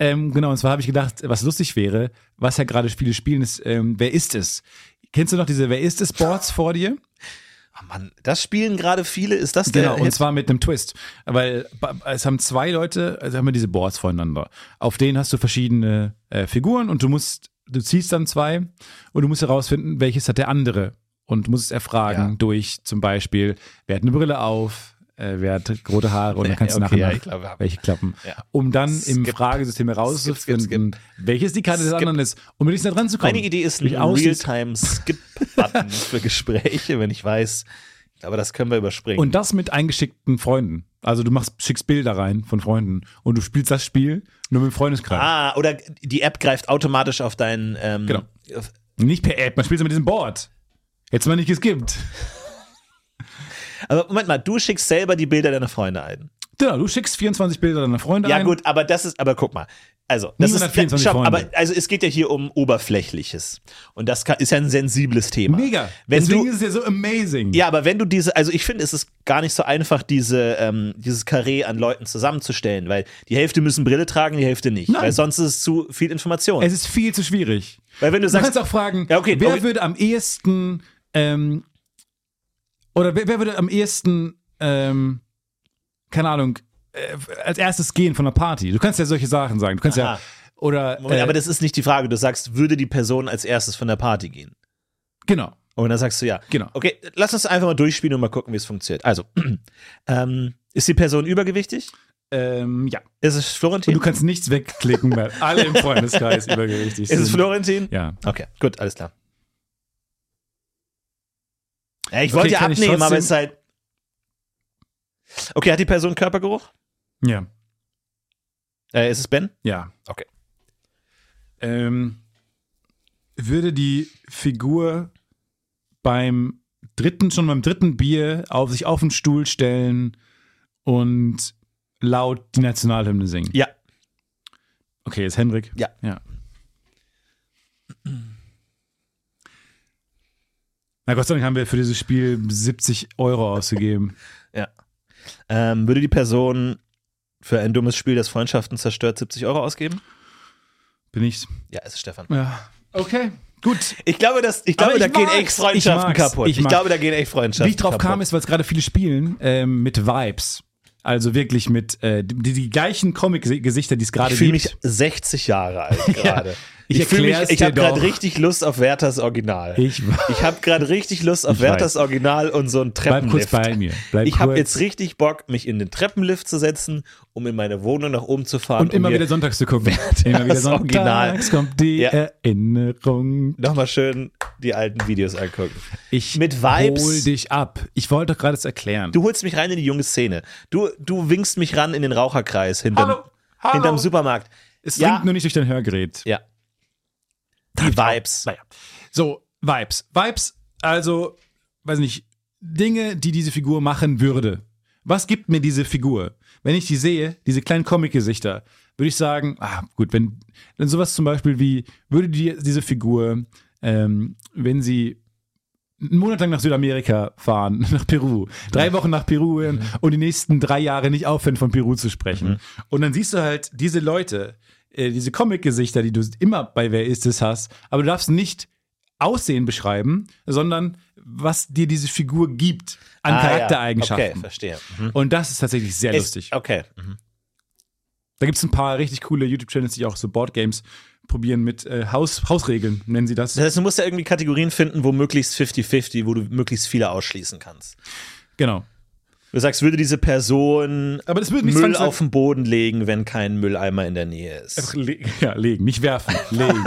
ähm, genau, und zwar habe ich gedacht, was lustig wäre, was ja gerade Spiele spielen, ist, ähm, wer ist es? Kennst du noch diese Wer ist es Boards vor dir?
Oh Mann, das spielen gerade viele. Ist das der?
Genau, und
Hit?
zwar mit einem Twist. Weil ba- es haben zwei Leute, also haben wir diese Boards voneinander. Auf denen hast du verschiedene äh, Figuren und du musst, du ziehst dann zwei und du musst herausfinden, welches hat der andere. Und du musst es erfragen
Ja.
durch zum Beispiel, wer hat eine Brille auf, äh, wer hat rote Haare und dann kannst du
okay,
nachher
ja,
nach-
ich glaube, wir haben-
welche klappen.
Ja.
Um dann im
Skip.
Fragesystem herauszufinden,
skip,
welches die Karte des
Skip.
anderen ist, um möglichst nah dran zu kommen.
Meine Idee ist ein
Durch Aussicht.
Realtime-Skip-Button für Gespräche, wenn ich weiß. Aber das können wir überspringen.
Und das mit eingeschickten Freunden. Also du machst, schickst Bilder rein von Freunden und du spielst das Spiel nur mit dem Freundeskreis.
ah, oder die App greift automatisch auf deinen. Ähm,
Genau.
auf-
Nicht per App, man spielt es mit diesem Board. Hättest du mal nicht geskippt.
Aber Moment mal, du schickst selber die Bilder deiner Freunde ein.
Genau, du schickst 24 Bilder deiner Freunde
Ja,
ein.
gut, aber das ist, aber guck mal. Also, das
Niemand hat
ist,
24
stopp, aber
Freunde.
also es geht ja hier um Oberflächliches. Und das kann, ist ja ein sensibles Thema.
Mega.
Wenn
Deswegen
du,
ist es ja so amazing.
Ja, aber wenn du diese, also ich finde, es ist gar nicht so einfach, diese, ähm, dieses Karree an Leuten zusammenzustellen, weil die Hälfte müssen Brille tragen, die Hälfte nicht.
Nein.
Weil sonst ist es zu viel Information.
Es ist viel zu schwierig.
weil wenn du
Du
sagst,
kannst auch fragen,
Ja, okay,
wer
okay.
würde am ehesten ähm, oder wer, wer würde am ehesten ähm, keine Ahnung äh, als erstes gehen von einer Party? Du kannst ja solche Sachen sagen. Du kannst ja
Aha.
oder
Moment,
äh,
aber das ist nicht die Frage. Du sagst, würde die Person als erstes von der Party gehen?
genau.
Und dann sagst du ja.
Genau.
Okay, lass uns einfach mal durchspielen und mal gucken, wie es funktioniert. Also, ähm, ist die Person übergewichtig?
Ähm, ja.
Ist es
Und
Florentin?
du kannst nichts wegklicken, weil alle im Freundeskreis übergewichtig
Ist
sind.
es Florentin?
Ja.
Okay, gut, alles klar. Ja, ich wollte
Okay,
ja
kann ich
abnehmen, aber
trotzdem-
es ist halt. Okay, hat die Person Körpergeruch?
Ja.
Äh, ist es Ben?
Ja.
Okay.
Ähm, würde die Figur beim dritten, schon beim dritten Bier auf sich auf den Stuhl stellen und laut die Nationalhymne singen?
Ja.
Okay, ist Henrik.
Ja.
Ja. Na Gott sei Dank haben wir für dieses Spiel 70 Euro ausgegeben.
Ja. Ähm, würde die Person für ein dummes Spiel, das Freundschaften zerstört, 70 Euro ausgeben?
Bin ich's.
Ja, es ist Stefan.
Ja. Okay, gut.
Ich glaube, dass, ich glaube
ich
da gehen
mag's.
echt Freundschaften
Ich mag's.
kaputt.
Ich
Ich,
mag's.
glaube, da gehen echt Freundschaften
Wie ich drauf
kaputt.
kam, ist, weil es gerade viele spielen ähm, mit Vibes. Also wirklich mit äh, die, die gleichen Comic-Gesichter, die es gerade
ich fühle
gibt.
mich 60 Jahre alt gerade.
ich
fühl mich,
erklär's
ich
dir
habe gerade
doch.
richtig Lust auf Werthers Original.
Ich-
ich habe gerade richtig Lust auf
Ich
Werthers
weiß.
Original und so einen
Bleib kurz
Treppenlift.
bei mir. Bleib
ich habe
kurz.
jetzt richtig Bock, mich in den Treppenlift zu setzen, um in meine Wohnung nach oben zu fahren
und immer
um
wieder
mir
sonntags zu gucken. Immer wieder
das Original.
sonntags kommt die
Ja.
Erinnerung.
nochmal schön die alten Videos angucken.
Ich
Mit Vibes.
hol dich ab. Ich wollte doch gerade das erklären.
Du holst mich rein in die junge Szene. Du, du winkst mich ran in den Raucherkreis hinterm, hinterm Supermarkt.
es
ja.
dringt nur nicht durch dein Hörgerät.
Ja. Die Vibes.
Naja. So, Vibes. Vibes, also, weiß nicht, Dinge, die diese Figur machen würde. Was gibt mir diese Figur? Wenn ich die sehe, diese kleinen Comic-Gesichter, würde ich sagen, ah, gut, wenn, dann sowas zum Beispiel wie, würde die, diese Figur, ähm, wenn sie einen Monat lang nach Südamerika fahren, nach Peru, drei Wochen nach Peru hin
Mhm.
und die nächsten drei Jahre nicht aufhören, von Peru zu sprechen. Und dann siehst du halt diese Leute, äh, diese Comic-Gesichter, die du immer bei Wer ist es hast, aber du darfst nicht Aussehen beschreiben, sondern was dir diese Figur gibt an
Ah, ja. Okay,
Charaktereigenschaften.
verstehe.
Und das ist tatsächlich sehr lustig.
Ist- Okay.
Da gibt es ein paar richtig coole YouTube-Channels, die auch so Boardgames probieren mit äh, Haus, Hausregeln, nennen sie das.
Das heißt, du musst ja irgendwie Kategorien finden, wo möglichst 50-50, wo du möglichst viele ausschließen kannst.
Genau.
Du sagst, würde diese Person
Aber das würde nicht
Müll
zwangsläufig-
auf den Boden legen, wenn kein Mülleimer in der Nähe ist.
Le ja, legen, nicht werfen, legen.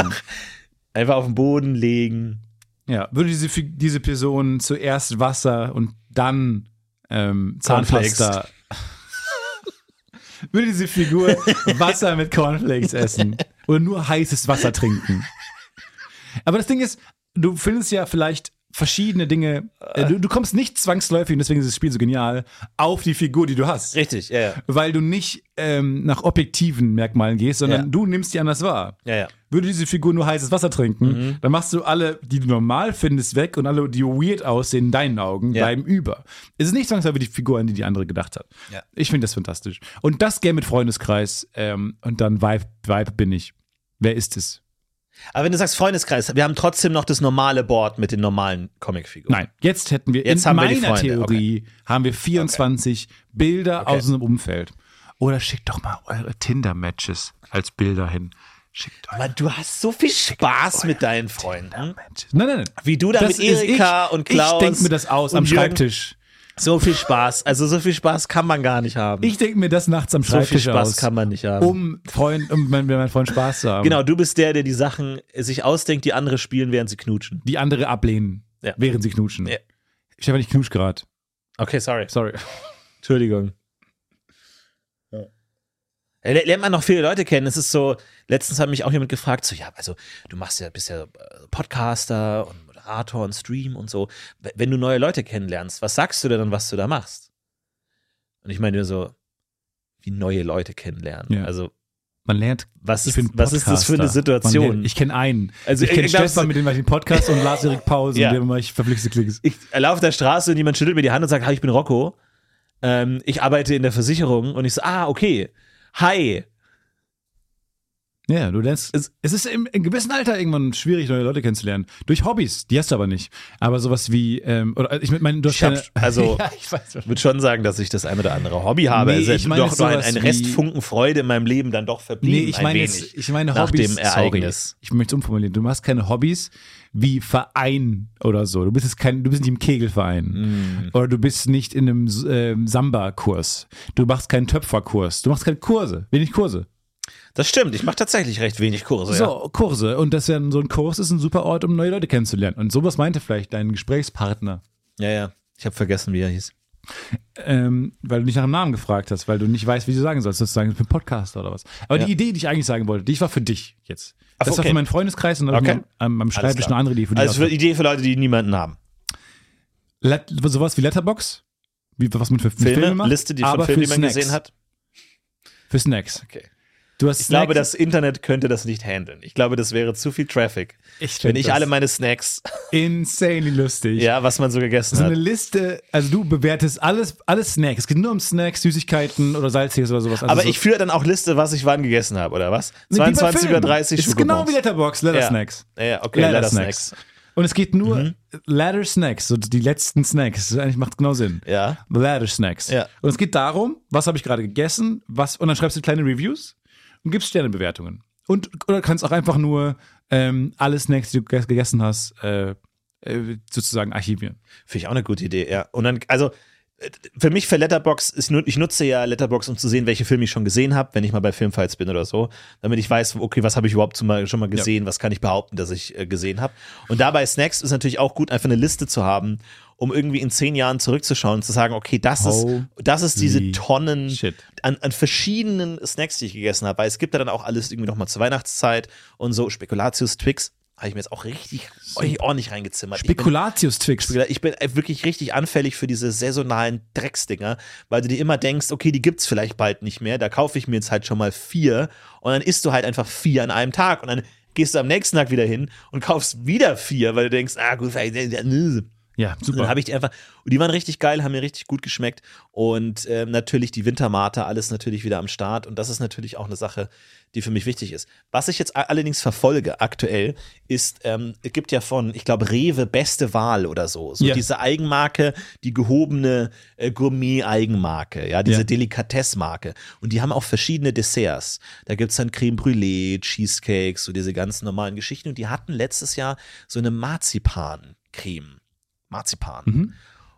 Einfach auf den Boden legen.
Ja, würde diese, Fi- diese Person zuerst Wasser und dann ähm, Zahnpasta. würde diese Figur Wasser mit Cornflakes essen oder nur heißes Wasser trinken. Aber das Ding ist, du findest ja vielleicht verschiedene Dinge. Äh, du, du kommst nicht zwangsläufig, und deswegen ist das Spiel so genial, auf die Figur, die du hast.
Richtig, ja, ja.
Weil du nicht ähm, nach objektiven Merkmalen gehst, sondern
Ja.
du nimmst die anders wahr
ja, ja.
würde diese Figur nur heißes Wasser
Mhm.
trinken, dann machst du alle, die du normal findest, weg und alle, die weird aussehen, in deinen Augen,
Ja.
bleiben über. Es ist nicht zwangsläufig die Figur, an die die andere gedacht hat.
Ja.
Ich finde das fantastisch. Und das gerne mit Freundeskreis ähm, und dann Vibe, Vibe bin ich. Wer ist es?
Aber wenn du sagst Freundeskreis, wir haben trotzdem noch das normale Board mit den normalen Comicfiguren.
Nein, jetzt hätten wir,
Jetzt
in
haben wir die
meiner
Freunde,
Theorie, haben wir 24 Bilder aus unserem Umfeld. Oder schickt doch mal eure Tinder-Matches als Bilder hin. Schickt eure
Aber du hast so viel Spaß mit deinen Freunden.
Matches. Nein, nein, nein.
Wie du da
Das
mit
ist
Erika
ich,
und Klaus.
Ich denke mir das aus
und
am
Jürgen.
Schreibtisch.
So viel Spaß. Also so viel Spaß kann man gar nicht haben.
Ich denke mir das nachts am
so viel
Schreibtisch
Spaß
aus,
kann man nicht haben.
um Freund, um mein, wenn mein Freund Spaß zu haben.
Genau, du bist der, der die Sachen sich ausdenkt, die andere spielen, während sie knutschen.
Die andere ablehnen,
Ja.
während sie knutschen.
Ja.
Stefan, ich knutsch gerade.
Okay, sorry.
Sorry.
Entschuldigung. Ja. L- Äh, Lernt man noch viele Leute kennen. Es ist so, letztens hat mich auch jemand gefragt, so, ja, also du machst ja, bist ja äh, Podcaster und Moderator und Stream und so. W- Wenn du neue Leute kennenlernst, was sagst du denn dann, was du da machst? Und ich meine nur so, wie neue Leute kennenlernen.
Ja.
Also,
Man lernt.
was ist,
Ich bin
was ist das für eine
Podcaster. Man
Situation?
lernt, ich kenne einen.
Also,
ich kenne
ich glaub,
Stefan, mit dem mache ich den Podcast und Lars Erik Pause,
Ja.
mit dem mache ich verflixte Klicks.
ich laufe auf der Straße und jemand schüttelt mir die Hand und sagt, hi, ich bin Rocco. Ähm, ich arbeite in der Versicherung und ich so, ah, okay. Hi.
Ja, du lernst. Es, es ist im, im gewissen Alter irgendwann schwierig, neue Leute kennenzulernen. Durch Hobbys, die hast du aber nicht. Aber sowas wie, ähm, oder ich meine, du hast
Ich hab-
keine,
also-
ja, ich weiß,
Ich würde schon sagen, dass ich das ein oder andere Hobby habe.
Nee,
also
ich meine
doch noch ein,
sowas
ein
wie-
Restfunken Freude in meinem Leben dann doch verblieben.
Nee, ich meine,
ein
jetzt,
wenig
ich meine
nach
Hobbys.
dem Ereignis.
Sorry, ich möchte es umformulieren. Du machst keine Hobbys wie Verein oder so. Du bist jetzt kein, du bist nicht im Kegelverein
Mm.
oder du bist nicht in einem ähm, Samba-Kurs. Du machst keinen Töpferkurs. Du machst keine Kurse, wenig Kurse.
Das stimmt, ich mache tatsächlich recht wenig Kurse. Oh ja.
So Kurse und das wäre so ein Kurs ist ein super Ort, um neue Leute kennenzulernen. Und sowas meinte vielleicht dein Gesprächspartner,
Ja, ja. Ich habe vergessen, wie er hieß.
ähm, weil du nicht nach dem Namen gefragt hast, weil du nicht weißt, wie du sagen sollst. Du sollst sagen, ich bin Podcaster oder was. Aber die Idee, die ich eigentlich sagen wollte, die war für dich jetzt.
Ach,
Das war
okay.
für meinen Freundeskreis und dann
Okay.
am, am, am
Alles
Schreibtisch
klar.
eine andere Idee für dich.
Also für Idee für Leute, die niemanden haben.
Let, sowas wie Letterbox, wie, was man für
Filme,
Filme macht,
Liste die von
aber
Filmen, die
für
man
Snacks.
gesehen hat.
Für Snacks.
Okay.
Du hast
ich glaube,
Snacks-
das Internet könnte das nicht handeln. Ich glaube, das wäre zu viel Traffic.
Ich find
wenn ich
das-
alle meine Snacks,
Insanely lustig.
ja, was man so gegessen
So eine
hat.
Liste, also du bewertest alles, alles Snacks. Es geht nur um Snacks, Süßigkeiten oder Salzhäs oder sowas. Also
Aber
so,
ich führe dann auch Liste, was ich wann gegessen habe, oder was?
Nee, wie bei Filmen.
22.30 Uhr
Es Ist genau wie Letterbox, Leather
Ja.
Snacks.
Ja, okay, Leather Snacks. Mhm.
Und es geht nur Ladder Snacks, so die letzten Snacks. Das eigentlich macht genau Sinn.
Ja.
Ladder Snacks.
Ja.
Und es geht darum, was habe ich gerade gegessen, was, und dann schreibst du kleine Reviews und gibst Sternebewertungen. Und oder kannst auch einfach nur ähm, alle Snacks, die du ge- gegessen hast, äh, äh, sozusagen archivieren.
Finde ich auch eine gute Idee, ja. Und dann, also äh, für mich für Letterbox, ist nur, ich nutze ja Letterbox, um zu sehen, welche Filme ich schon gesehen habe, wenn ich mal bei Filmfights bin oder so, damit ich weiß, okay, was habe ich überhaupt zumal- schon mal gesehen, was kann ich behaupten, dass ich äh, gesehen habe. Und dabei Snacks ist natürlich auch gut, einfach eine Liste zu haben, um irgendwie in zehn Jahren zurückzuschauen und zu sagen, okay, das ist,
Holy
das ist diese Tonnen
shit.
an, an verschiedenen Snacks, die ich gegessen habe, weil es gibt ja dann auch alles irgendwie nochmal zur Weihnachtszeit und so Spekulatius, Twix, habe ich mir jetzt auch richtig ordentlich reingezimmert. Ich bin-
Spekulatius Twix.
Spieler. Ich bin äh, wirklich richtig anfällig für diese saisonalen Drecksdinger, weil du dir immer denkst, okay, die gibt's vielleicht bald nicht mehr, da kaufe ich mir jetzt halt schon mal vier und dann isst du halt einfach vier an einem Tag und dann gehst du am nächsten Tag wieder hin und kaufst wieder vier, weil du denkst, ah gut, vielleicht äh,
Ja,
dann
super.
habe ich die einfach, und die waren richtig geil, haben mir richtig gut geschmeckt. Und ähm, natürlich die Wintermate, alles natürlich wieder am Start. Und das ist natürlich auch eine Sache, die für mich wichtig ist. Was ich jetzt a- allerdings verfolge aktuell, ist, ähm, es gibt ja von, ich glaube, Rewe beste Wahl oder so. So
Ja.
diese Eigenmarke, die gehobene äh, Gourmet-Eigenmarke, ja, diese
Ja.
Delikatesse-Marke. Und die haben auch verschiedene Desserts. Da gibt es dann Creme Brûlée, Cheesecakes, so diese ganzen normalen Geschichten. Und die hatten letztes Jahr so eine Marzipan-Creme. Marzipan.
Mhm.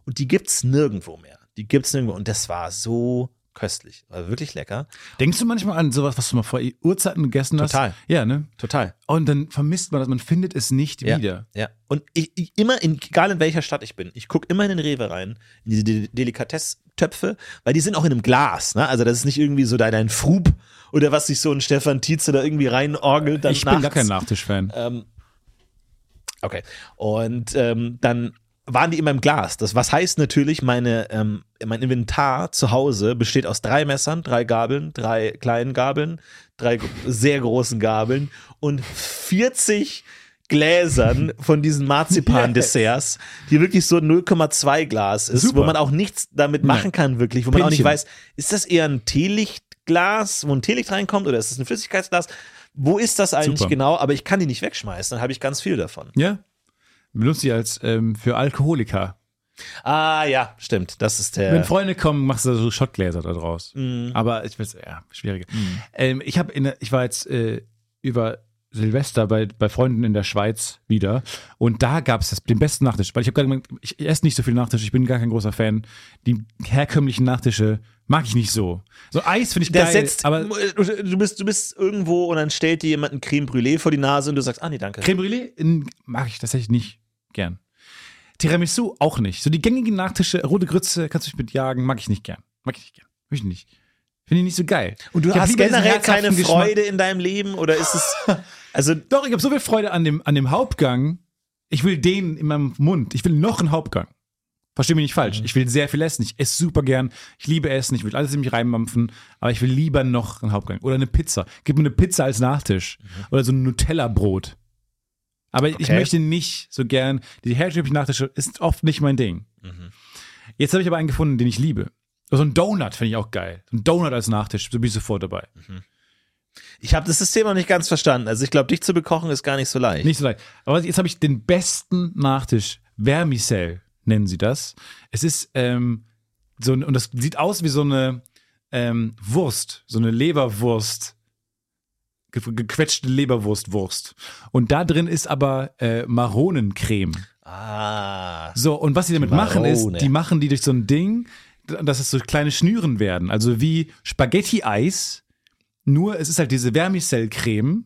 Und die gibt's nirgendwo mehr. Die gibt's nirgendwo. Und das war so köstlich. War wirklich lecker.
Denkst du manchmal an sowas, was du mal vor Urzeiten gegessen hast?
Total.
Ja, ne?
Total.
Und dann vermisst man das, man findet es nicht
Ja.
wieder.
Ja. Und ich, ich immer, in, egal in welcher Stadt ich bin, ich gucke immer in den Rewe rein, in diese De Delikatesstöpfe, weil die sind auch in einem Glas. Ne? Also das ist nicht irgendwie so dein, dein Frub oder was sich so ein Stefan Tietze da irgendwie reinorgelt. Dann
Ich bin gar
nachts.
kein Nachtischfan.
Ähm, okay. Und ähm, dann waren die immer im Glas. Das, was heißt natürlich, meine, ähm, mein Inventar zu Hause besteht aus drei Messern, drei Gabeln, drei kleinen Gabeln, drei gro- sehr großen Gabeln und 40 Gläsern von diesen Marzipan-Desserts, die wirklich so 0,2 Glas ist, wo
Super.
man auch nichts damit machen
Nein.
kann, wirklich, wo man auch nicht
Pinchen.
weiß, ist das eher ein Teelichtglas, wo ein Teelicht reinkommt, oder ist das ein Flüssigkeitsglas? Wo ist das eigentlich
Super.
genau? Aber ich kann die nicht wegschmeißen, dann habe ich ganz viel davon.
Ja? Benutzt die als ähm, für Alkoholiker.
Ah ja, Mhm. stimmt. Das ist
Wenn
der.
Freunde kommen, machst du da so Schottgläser da draus. Aber ich weiß, ja, schwieriger.
Mhm.
Ähm, ich, hab in, der- ich war jetzt äh, über Silvester bei, bei Freunden in der Schweiz wieder und da gab es den besten Nachtisch, weil ich habe gerade gemerkt, ich esse nicht so viel Nachtisch, ich bin gar kein großer Fan. Die herkömmlichen Nachtische mag ich nicht so. So Eis finde ich
Der
geil,
setzt,
aber
du, bist, du bist irgendwo und dann stellt dir jemand ein Creme Brûlée vor die Nase und du sagst, ah nee, danke.
Creme Brûlée in- mag ich tatsächlich nicht gern. Tiramisu auch nicht. So die gängigen Nachtische, rote Grütze, kannst du mich mit jagen, mag ich nicht gern. Mag ich nicht gern. Möchte ich nicht. Finde ich nicht so geil.
und du
Ich hab
hast
lieber diesen
generell keine
herzhaften Geschmack.
Freude in deinem Leben oder ist es. Also,
Doch, ich habe so viel Freude an dem, an dem Hauptgang. Ich will den in meinem Mund. Ich will noch einen Hauptgang. Versteh mich nicht falsch. Ich will sehr viel essen. Ich esse super gern. Ich liebe Essen. Ich will alles in mich reinmampfen. Aber ich will lieber noch einen Hauptgang. Oder eine Pizza. Gib mir eine Pizza als Nachtisch. Oder so ein Nutella-Brot. Aber ich
Okay.
möchte nicht so gern. Die herkömmlichen Nachtische ist oft nicht mein Ding. Jetzt habe ich aber einen gefunden, den ich liebe. So ein Donut finde ich auch geil. So ein Donut als Nachtisch. So bin ich sofort dabei.
ich habe das System noch nicht ganz verstanden. Also, ich glaube, dich zu bekochen ist gar nicht so leicht.
Nicht so leicht. Aber jetzt habe ich den besten Nachtisch. Vermicelle nennen sie das. Es ist ähm, so ein, und das sieht aus wie so eine ähm, Wurst, so eine Leberwurst. Ge gequetschte Leberwurstwurst. Und da drin ist aber äh, Maronencreme.
Ah.
So, und was sie damit machen ist,
Marone.
die machen die durch so ein Ding, dass es so kleine Schnüren werden. Also wie Spaghetti-Eis, nur es ist halt diese Vermicelle-Creme,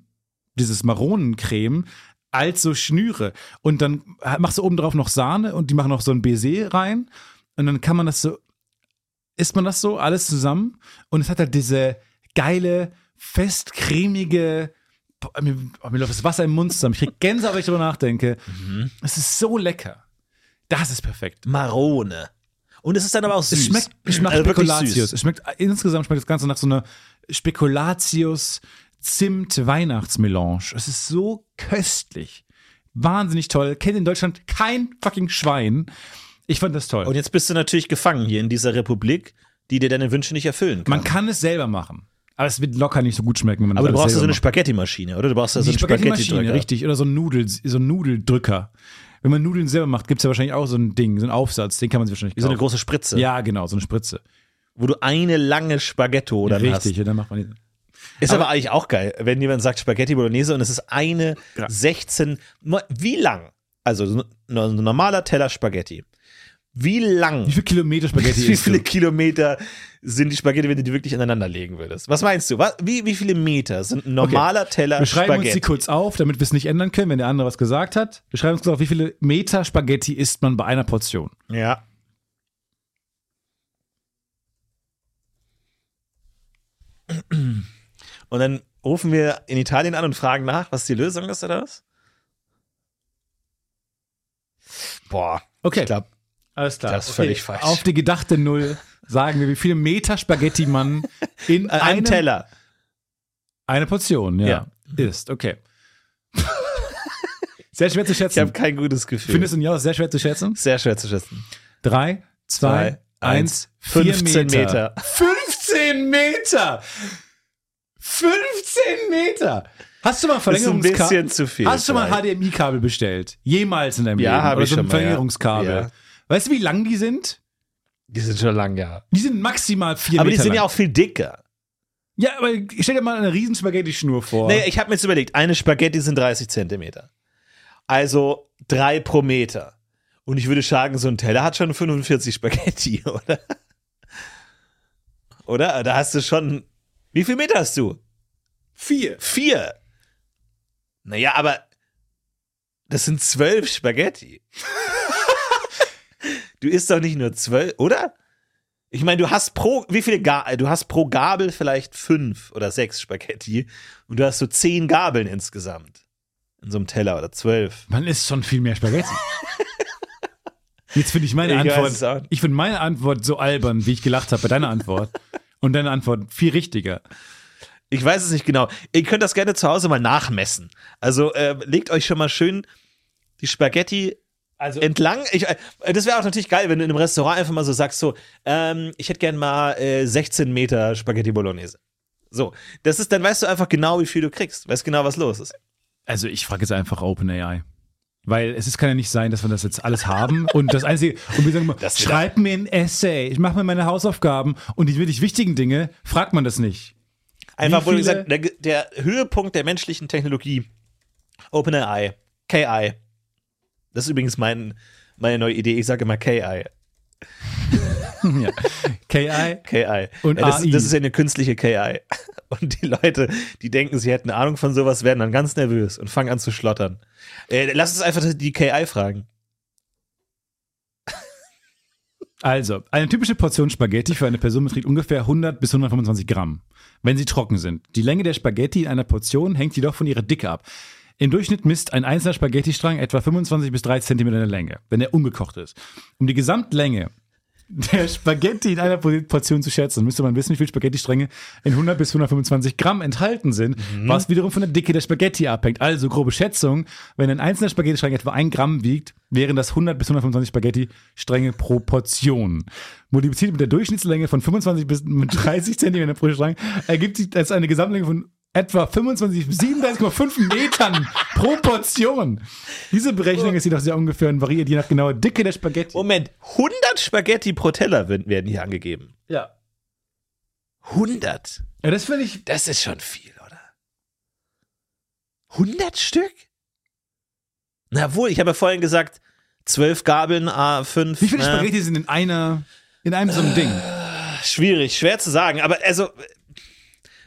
dieses Maronencreme, als so Schnüre. Und dann machst du oben drauf noch Sahne und die machen noch so ein Baiser rein. Und dann kann man das so, isst man das so, alles zusammen. Und es hat halt diese geile, festcremige, boah, mir, oh, mir läuft das Wasser im Mund zusammen. Ich krieg Gänse, wenn ich drüber nachdenke. Es ist so lecker. Das ist perfekt.
Marone. Und es ist dann aber auch süß.
Es schmeckt, es schmeckt
also wirklich
Spekulatius.
süß.
Es schmeckt, insgesamt schmeckt das Ganze nach so einer Spekulatius Zimt Weihnachtsmelange. Es ist so köstlich. Wahnsinnig toll. Kennt in Deutschland kein fucking Schwein. Ich fand das toll.
Und jetzt bist du natürlich gefangen hier in dieser Republik, die dir deine Wünsche nicht erfüllen kann.
man kann es selber machen. Aber es wird locker nicht so gut schmecken, wenn man
Aber du
das alles
brauchst ja so
selber
eine
macht.
Spaghetti-Maschine, oder? Du brauchst ja so
Die
einen Spaghetti-Drücker.
Spaghetti-Maschine, richtig. Oder so ein, Nudel, so ein Nudeldrücker. Wenn man Nudeln selber macht, gibt es ja wahrscheinlich auch so ein Ding, so einen Aufsatz, den kann man sich wahrscheinlich
Wie so eine
kaufen.
große Spritze,
Ja, genau, so eine Spritze.
wo du eine lange Spaghetto dann hast.
richtig, und dann macht man die.
Ist aber, eigentlich auch geil, wenn jemand sagt Spaghetti Bolognese und es ist eine
Ja.
16. Mo- Wie lang? Also so ein ein normaler Teller Spaghetti. Wie lang?
Wie viele Kilometer Spaghetti
Wie
ist
viele
du?
Kilometer sind die Spaghetti, wenn du die wirklich aneinander legen würdest? Was meinst du? Was, wie, wie viele Meter sind ein normaler Teller
Wir schreiben uns die
Spaghetti?
kurz auf, damit wir es nicht ändern können, wenn der andere was gesagt hat. Wir schreiben uns kurz auf, wie viele Meter Spaghetti isst man bei einer Portion?
ja. Und dann rufen wir in Italien an und fragen nach, was die Lösung ist oder was? Boah,
Okay,
ich glaube,
alles klar.
das ist
okay.
völlig falsch.
Auf die gedachte Null sagen wir, wie viele Meter Spaghetti man in
an einem
einem-
Äh, Teller.
Eine Portion, ja,
Ja.
isst. Okay. sehr schwer zu
Ich habe
schätzen.
kein gutes Gefühl.
Findest du nicht auch sehr schwer zu schätzen?
sehr schwer zu schätzen.
Drei, zwei,
Zwei, eins,
eins, vier
15
Meter.
Meter.
15 Meter! 15 Meter! Hast du mal ein
Ist ein
Verlängerungskabel?
bisschen zu viel.
Hast du mal
vielleicht.
ein HDMI-Kabel bestellt? Jemals in deinem
Ja,
Leben?
hab
Oder
ich
so ein
schon mal, ja.
Verlängerungskabel.
Ja.
Weißt du, wie lang die sind?
Die sind schon lang, ja.
Die sind maximal vier
Aber die
Meter.
sind
lang.
ja auch viel dicker.
Ja, aber stell dir mal eine riesen Spaghetti-Schnur vor.
Nee, ich habe mir jetzt überlegt, eine Spaghetti sind 30 Zentimeter. Also drei pro Meter. Und ich würde sagen, so ein Teller hat schon 45 Spaghetti, oder? Oder? Da hast du schon. Wie viel Meter hast du?
vier.
Vier. Naja, aber das sind zwölf Spaghetti. du isst doch nicht nur zwölf, oder? Ich meine, du hast pro, wie viele Ga du hast pro Gabel vielleicht fünf oder sechs Spaghetti und du hast so zehn Gabeln insgesamt. In so einem Teller oder zwölf.
Man isst schon viel mehr Spaghetti. Jetzt finde ich meine
Ich weiß es auch
Antwort.
nicht.
Ich finde meine Antwort so albern, wie ich gelacht habe bei deiner Antwort. Und deine Antwort viel richtiger.
Ich weiß es nicht genau. Ihr könnt das gerne zu Hause mal nachmessen. Also äh, legt euch schon mal schön die Spaghetti
Also
entlang. Ich, äh, das wäre auch natürlich geil, wenn du in einem Restaurant einfach mal so sagst, so, ähm, ich hätte gern mal äh, 16 Meter Spaghetti Bolognese. So, das ist, dann weißt du einfach genau, wie viel du kriegst, weißt genau, was los ist.
Also ich frage jetzt einfach OpenAI. Weil es ist, kann ja nicht sein, dass wir das jetzt alles haben und das Einzige, und wir sagen mal,
Das wird-
schreib mir ein Essay, ich mache mir meine Hausaufgaben und die wirklich wichtigen Dinge, fragt man das nicht.
Einfach
Wie
wurde
viele-
gesagt, der, der Höhepunkt der menschlichen Technologie, OpenAI, KI. Das ist übrigens mein, meine neue Idee, ich sage immer KI.
Ja. KI,
KI.
Und
ja, das,
AI.
das ist ja eine künstliche KI. Und die Leute, die denken, sie hätten Ahnung von sowas, werden dann ganz nervös und fangen an zu schlottern. Äh, lass uns einfach die KI fragen.
Also, eine typische Portion Spaghetti für eine Person beträgt ungefähr 100 bis 125 Gramm, wenn sie trocken sind. Die Länge der Spaghetti in einer Portion hängt jedoch von ihrer Dicke ab. Im Durchschnitt misst ein einzelner Spaghettistrang etwa 25 bis 30 Zentimeter in der Länge, wenn er ungekocht ist. Um die Gesamtlänge der Spaghetti in einer Po- Portion zu schätzen, müsste man wissen, wie viel Spaghettistränge in 100 bis 125 Gramm enthalten sind, was wiederum von der Dicke der Spaghetti abhängt. Also grobe Schätzung, wenn ein einzelner Spaghettistrang etwa 1 Gramm wiegt, wären das 100 bis 125 Spaghettistränge pro Portion. Multipliziert mit der Durchschnittslänge von 25 bis mit 30 Zentimeter pro Strang ergibt sich das eine Gesamtlänge von etwa 25 bis 37,5 Metern pro Portion. Diese Berechnung ist jedoch sehr ungefähr und variiert je nach genauer Dicke der Spaghetti.
Moment, 100 Spaghetti pro Teller wen- werden hier angegeben.
Ja.
100?
Ja, das finde ich
Das ist schon viel, oder? 100 Stück? Na wohl, ich habe ja vorhin gesagt, 12 Gabeln, äh, ne? A5.
Wie viele Spaghetti sind in einer, in einem so einem Ding?
Schwierig, schwer zu sagen, aber also äh,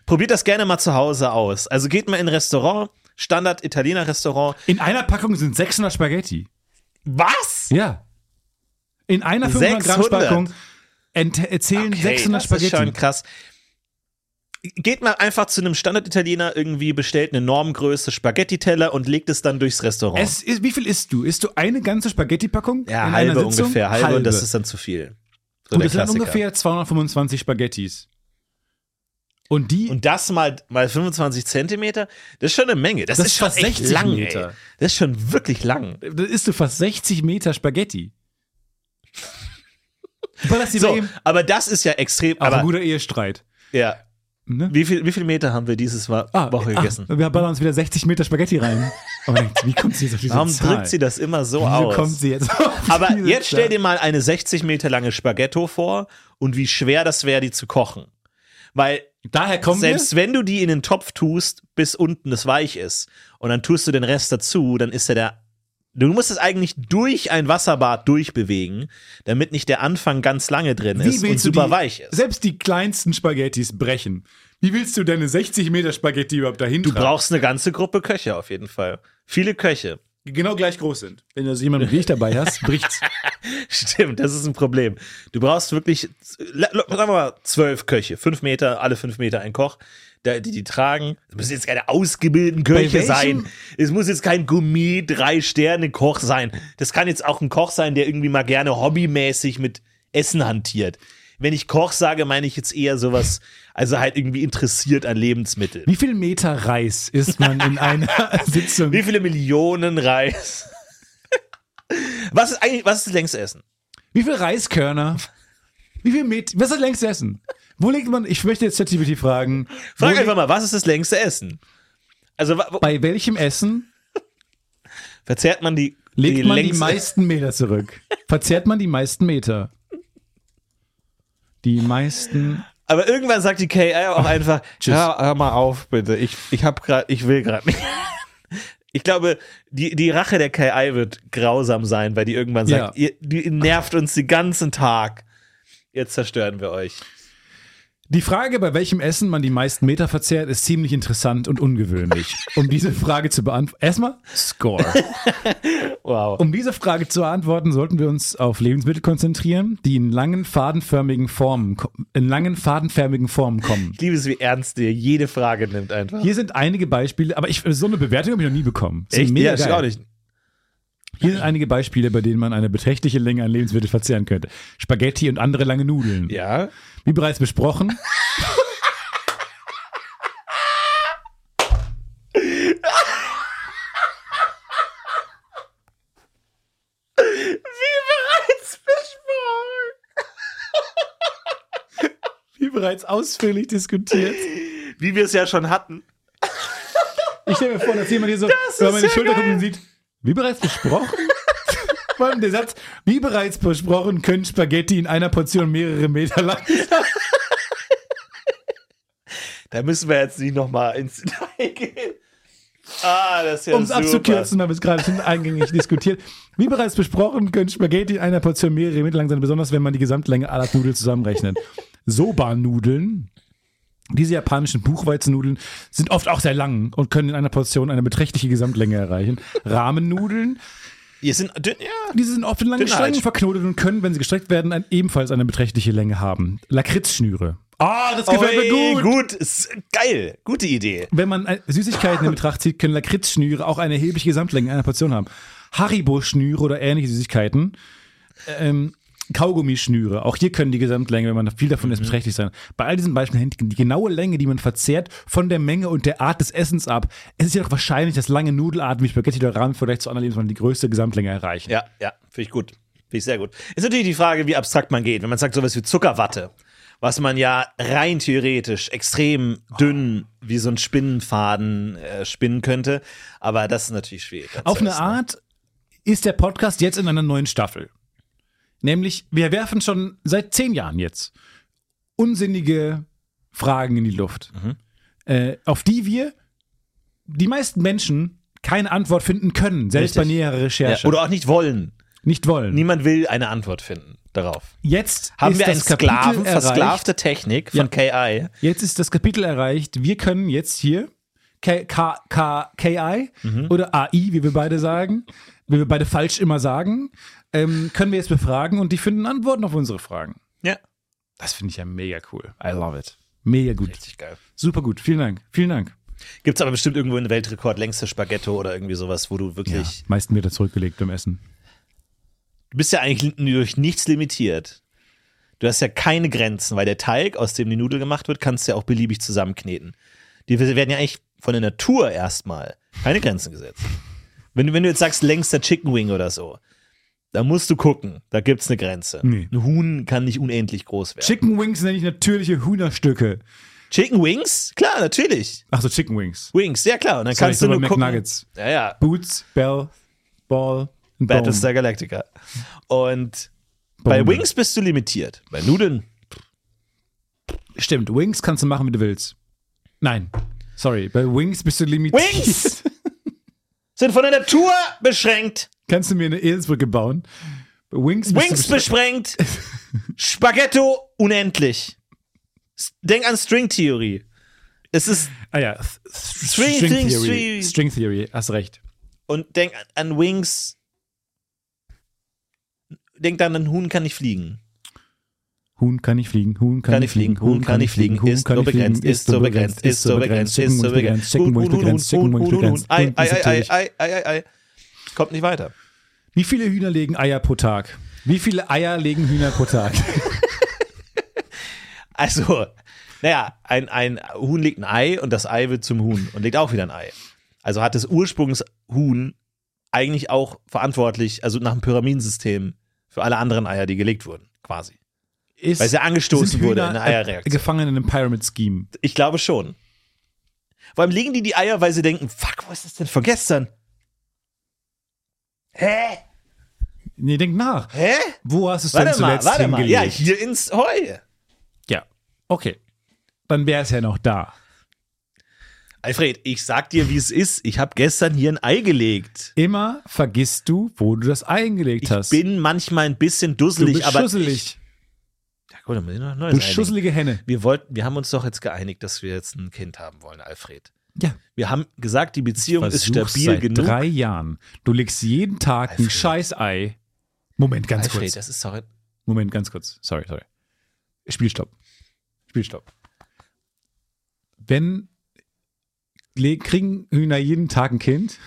probiert das gerne mal zu Hause aus. Also geht mal in ein Restaurant, Standard Italiener Restaurant.
In einer Packung sind 600 Spaghetti.
Was?
Ja. In einer 500 Gramm
600?
Packung ent- erzählen 600
das ist schon
Spaghetti.
krass. Geht mal einfach zu einem Standard Italiener irgendwie bestellt eine Normgröße Spaghetti Teller und legt es dann durchs Restaurant.
Es ist, wie viel isst du? Isst du eine ganze Spaghetti-Packung?
ja,
in
halbe
einer Sitzung?
ungefähr, halbe, und das ist dann zu viel. So
Und
der
das sind
Klassiker.
ungefähr 225 Spaghettis. Und die,
Und das mal, mal 25 Zentimeter, das ist schon eine Menge. Das,
Das
ist
ist
schon
fast
echt
60
lang,
Meter.
Ey. Das ist schon wirklich lang.
da isst du fast 60 Meter Spaghetti. War das die
So,
Idee?
aber das ist ja extrem.
Aber
Aber
ein guter Ehestreit.
ja,
Ne?
wie viel, wie viel Meter haben wir dieses Mal Woche gegessen?
Ah, wir ballern uns wieder 60 Meter Spaghetti rein. Und man denkt, wie kommt sie jetzt auf diese
Warum
Zahl?
drückt sie das immer so
Wieso
aus?
kommt sie jetzt auf
Aber
diese
jetzt stell
Zahl?
dir mal eine 60 Meter lange Spaghetto vor und wie schwer das wäre, die zu kochen. Weil
Daher kommen
selbst wenn du die in den Topf tust, bis unten es weich ist und dann tust du den Rest dazu, dann ist ja der. Du musst es eigentlich durch ein Wasserbad durchbewegen, damit nicht der Anfang ganz lange drin
wir.
ist und
du
super
die,
weich ist.
Selbst die kleinsten Spaghettis brechen. Wie willst du deine 60 Meter Spaghetti überhaupt dahin
Du
tragen?
brauchst eine ganze Gruppe Köche auf jeden Fall. Viele Köche.
die genau gleich groß sind. Wenn du also jemanden wie ich dabei hast, bricht's.
Stimmt, das ist ein Problem. Du brauchst wirklich, la- la- sagen wir mal, zwölf Köche, fünf Meter, alle fünf Meter ein Koch, der- die die tragen. Es müssen jetzt keine ausgebildeten Köche
welchem-
sein. Es muss jetzt kein Gourmet-Drei-Sterne-Koch sein. Das kann jetzt auch ein Koch sein, der irgendwie mal gerne hobbymäßig mit Essen hantiert. Wenn ich Koch sage, meine ich jetzt eher sowas, also halt irgendwie interessiert an Lebensmitteln.
Wie viel Meter Reis isst man in einer Sitzung?
Wie viele Millionen Reis? Was ist eigentlich, was ist das längste Essen?
Wie viel Reiskörner? Wie viel Met? Was ist das längste Essen? Wo legt man? Ich möchte jetzt ChatGPT fragen. wo
Frag
legt-
einfach mal, was ist das längste Essen? Also wa- wo-
Bei welchem Essen
verzehrt man die,
legt
die
man die
längste-
meisten Meter zurück? Verzehrt man die meisten Meter? Die meisten.
Aber irgendwann sagt die KI auch einfach,
Tschüss.
hör, hör mal auf bitte, ich, ich hab grad, ich will gerade nicht. Ich glaube, die, die Rache der KI wird grausam sein, weil die irgendwann sagt,
Ja.
ihr, die nervt uns den ganzen Tag. Jetzt zerstören wir euch.
Die Frage, bei welchem Essen man die meisten Meter verzehrt, ist ziemlich interessant und ungewöhnlich. Um diese Frage zu beantworten. Erstmal Score.
Wow.
Um diese Frage zu beantworten, sollten wir uns auf Lebensmittel konzentrieren, die in langen fadenförmigen Formen, ko- in langen fadenförmigen Formen kommen.
Ich liebe es, wie ernst ihr jede Frage nimmt einfach.
Hier sind einige Beispiele, aber ich, so eine Bewertung habe ich noch nie bekommen. Das ist mega
Ja, ist
geil.
auch nicht.
Hier sind einige Beispiele, bei denen man eine beträchtliche Länge an Lebensmittel verzehren könnte. Spaghetti und andere lange Nudeln.
Ja.
Wie bereits besprochen. Wie bereits ausführlich diskutiert.
Wie wir es ja schon hatten.
Ich stelle mir vor, dass jemand hier so
Das
über
ist
meine
ja
Schulter
geil.
guckt und sieht, wie bereits besprochen. Vor allem der Satz, wie bereits besprochen, können Spaghetti in einer Portion mehrere Meter lang
Da müssen wir jetzt nicht nochmal ins Detail gehen. Ah, das ist ja
Um es
super.
abzukürzen, haben wir es gerade schon eingängig diskutiert. Wie bereits besprochen, können Spaghetti in einer Portion mehrere Meter lang sein, besonders wenn man die Gesamtlänge aller Nudeln zusammenrechnet. Soba-Nudeln, diese japanischen Buchweizennudeln, sind oft auch sehr lang und können in einer Portion eine beträchtliche Gesamtlänge erreichen. Ramen-Nudeln,
Hier sind dünn, ja.
diese sind oft in langen
Dünner
Strängen
als-
verknotet und können, wenn sie gestreckt werden, ein, ebenfalls eine beträchtliche Länge haben. Lakritzschnüre. Ah, das gefällt mir gut.
gut. Ist geil. Gute Idee.
Wenn man äh, Süßigkeiten in Betracht zieht, können Lakritzschnüre auch eine erhebliche Gesamtlänge einer Portion haben. Haribo-Schnüre oder ähnliche Süßigkeiten. Ähm, Kaugummischnüre. Auch hier können die Gesamtlänge, wenn man viel davon isst, beträchtlich sein. Bei all diesen Beispielen hängt die genaue Länge, die man verzehrt, von der Menge und der Art des Essens ab. Es ist jedoch wahrscheinlich, dass lange Nudelarten wie Spaghetti oder Ramen vielleicht zu anderen Lebensmitteln die größte Gesamtlänge erreichen.
Ja, ja, finde ich gut. Finde ich sehr gut. Ist natürlich die Frage, wie abstrakt man geht. Wenn man sagt sowas wie Zuckerwatte, was man ja rein theoretisch extrem dünn wie so ein Spinnenfaden äh, spinnen könnte, aber das ist natürlich schwierig. dann
Auf
zu
eine
essen.
Art ist der Podcast jetzt in einer neuen Staffel. Nämlich, wir werfen schon seit zehn Jahren jetzt unsinnige Fragen in die Luft,
Mhm.
äh, auf die wir die meisten Menschen keine Antwort finden können, selbst
Richtig.
bei näherer Recherche.
Ja, oder auch nicht wollen.
nicht wollen.
Niemand will eine Antwort finden darauf.
Jetzt
Haben
ist
wir eine
das Kapitel
Sklaven,
erreicht.
versklavte Technik von KI?
Jetzt ist das Kapitel erreicht. Wir können jetzt hier K K K KI oder AI, wie wir beide sagen, wie wir beide falsch immer sagen, ähm, können wir jetzt befragen und die finden Antworten auf unsere Fragen.
Ja.
Das finde ich ja mega cool. I love it. Mega gut.
Richtig geil.
Super gut. Vielen Dank. Vielen Dank.
Gibt's aber bestimmt irgendwo einen Weltrekord, längste Spaghetto oder irgendwie sowas, wo du wirklich.
Meisten wird zurückgelegt beim Essen.
Du bist ja eigentlich durch nichts limitiert. Du hast ja keine Grenzen, weil der Teig, aus dem die Nudel gemacht wird, kannst du ja auch beliebig zusammenkneten. Die werden ja eigentlich von der Natur erstmal keine Grenzen gesetzt. Wenn, du- wenn du jetzt sagst, längster Chicken Wing oder so, da musst du gucken, da gibt's eine Grenze.
Nee.
Ein Huhn kann nicht unendlich groß werden.
Chicken Wings nenne ich natürliche Hühnerstücke.
Chicken Wings? Klar, natürlich.
Ach so, Chicken Wings.
Wings, ja klar. Und dann
Sorry,
kannst
ich
du
war
nur
bei
gucken.
McNuggets.
Ja, ja.
Boots, Bell, Ball, and Bone.
Battlestar Galactica. Und bei
Bombe.
Wings bist du limitiert. Bei Nudeln.
Stimmt, Wings kannst du machen, wie du willst. Nein. Sorry, bei Wings bist du limitiert.
Wings! Sind von der Natur beschränkt.
Kannst du mir eine Eselsbrücke bauen? Bei Wings,
Wings
bist du
besprengt. Spaghetto unendlich. S- Denk an Stringtheorie. Es ist.
Ah ja, th- th- String,
String,
Theory.
String.
String Theory, hast recht.
Und denk an, an Wings. Denk dann, ein Huhn kann nicht fliegen.
Huhn kann nicht fliegen, Huhn kann,
Kann nicht fliegen, Huhn kann nicht fliegen, ist so begrenzt, ist so begrenzt, ist so begrenzt, ist so begrenzt.
Chicken
Huhn,
Wings
Huhn, Huhn, Huhn,
begrenzt, Chicken Wings
Huhn, Huhn,
begrenzt.
Ei,
Huhn
ei,
ist
ei,
natürlich-
ei, ei, ei, ei. Kommt nicht weiter.
Wie viele Hühner legen Eier pro Tag? Wie viele Eier legen Hühner pro Tag?
Also, naja, ein, ein Huhn legt ein Ei und das Ei wird zum Huhn und legt auch wieder ein Ei. Also hat das Ursprungshuhn eigentlich auch verantwortlich, also nach dem Pyramidensystem, für alle anderen Eier, die gelegt wurden, quasi.
Ist,
Weil es ja angestoßen
sind
wurde in
Hühner,
einer
äh,
Eierreaktion.
Gefangen in einem Pyramid Scheme.
Ich glaube schon. Vor allem legen die die Eier, weil sie denken, fuck, wo ist das denn von gestern? Hä?
Nee, denk nach.
Hä?
Wo hast du es denn
Warte mal,
zuletzt
warte mal.
hingelegt?
Ja, hier ins Heu.
Ja. Okay. Dann wäre es ja noch da.
Alfred, ich sag dir, wie es ist. Ich habe gestern hier ein Ei gelegt.
Immer vergisst du, wo du das Ei eingelegt
Ich
hast.
bin manchmal ein bisschen dusselig,
du bist
aber
schusselig.
Ja, gut, dann müssen wir noch ein
Du
neues einigen.
schusselige Henne.
Wir wollten, wir haben uns doch jetzt geeinigt, dass wir jetzt ein Kind haben wollen, Alfred.
Ja.
Wir haben gesagt, die Beziehung ist
Versuch's
stabil
seit
genug.
drei Jahren. Du legst jeden Tag ein
Alfred.
Scheißei. Moment, ganz
Alfred,
kurz.
das ist doch.
Moment, ganz kurz. Sorry, sorry. Spielstopp. Spielstopp. Wenn le- kriegen Hühner jeden Tag ein Kind?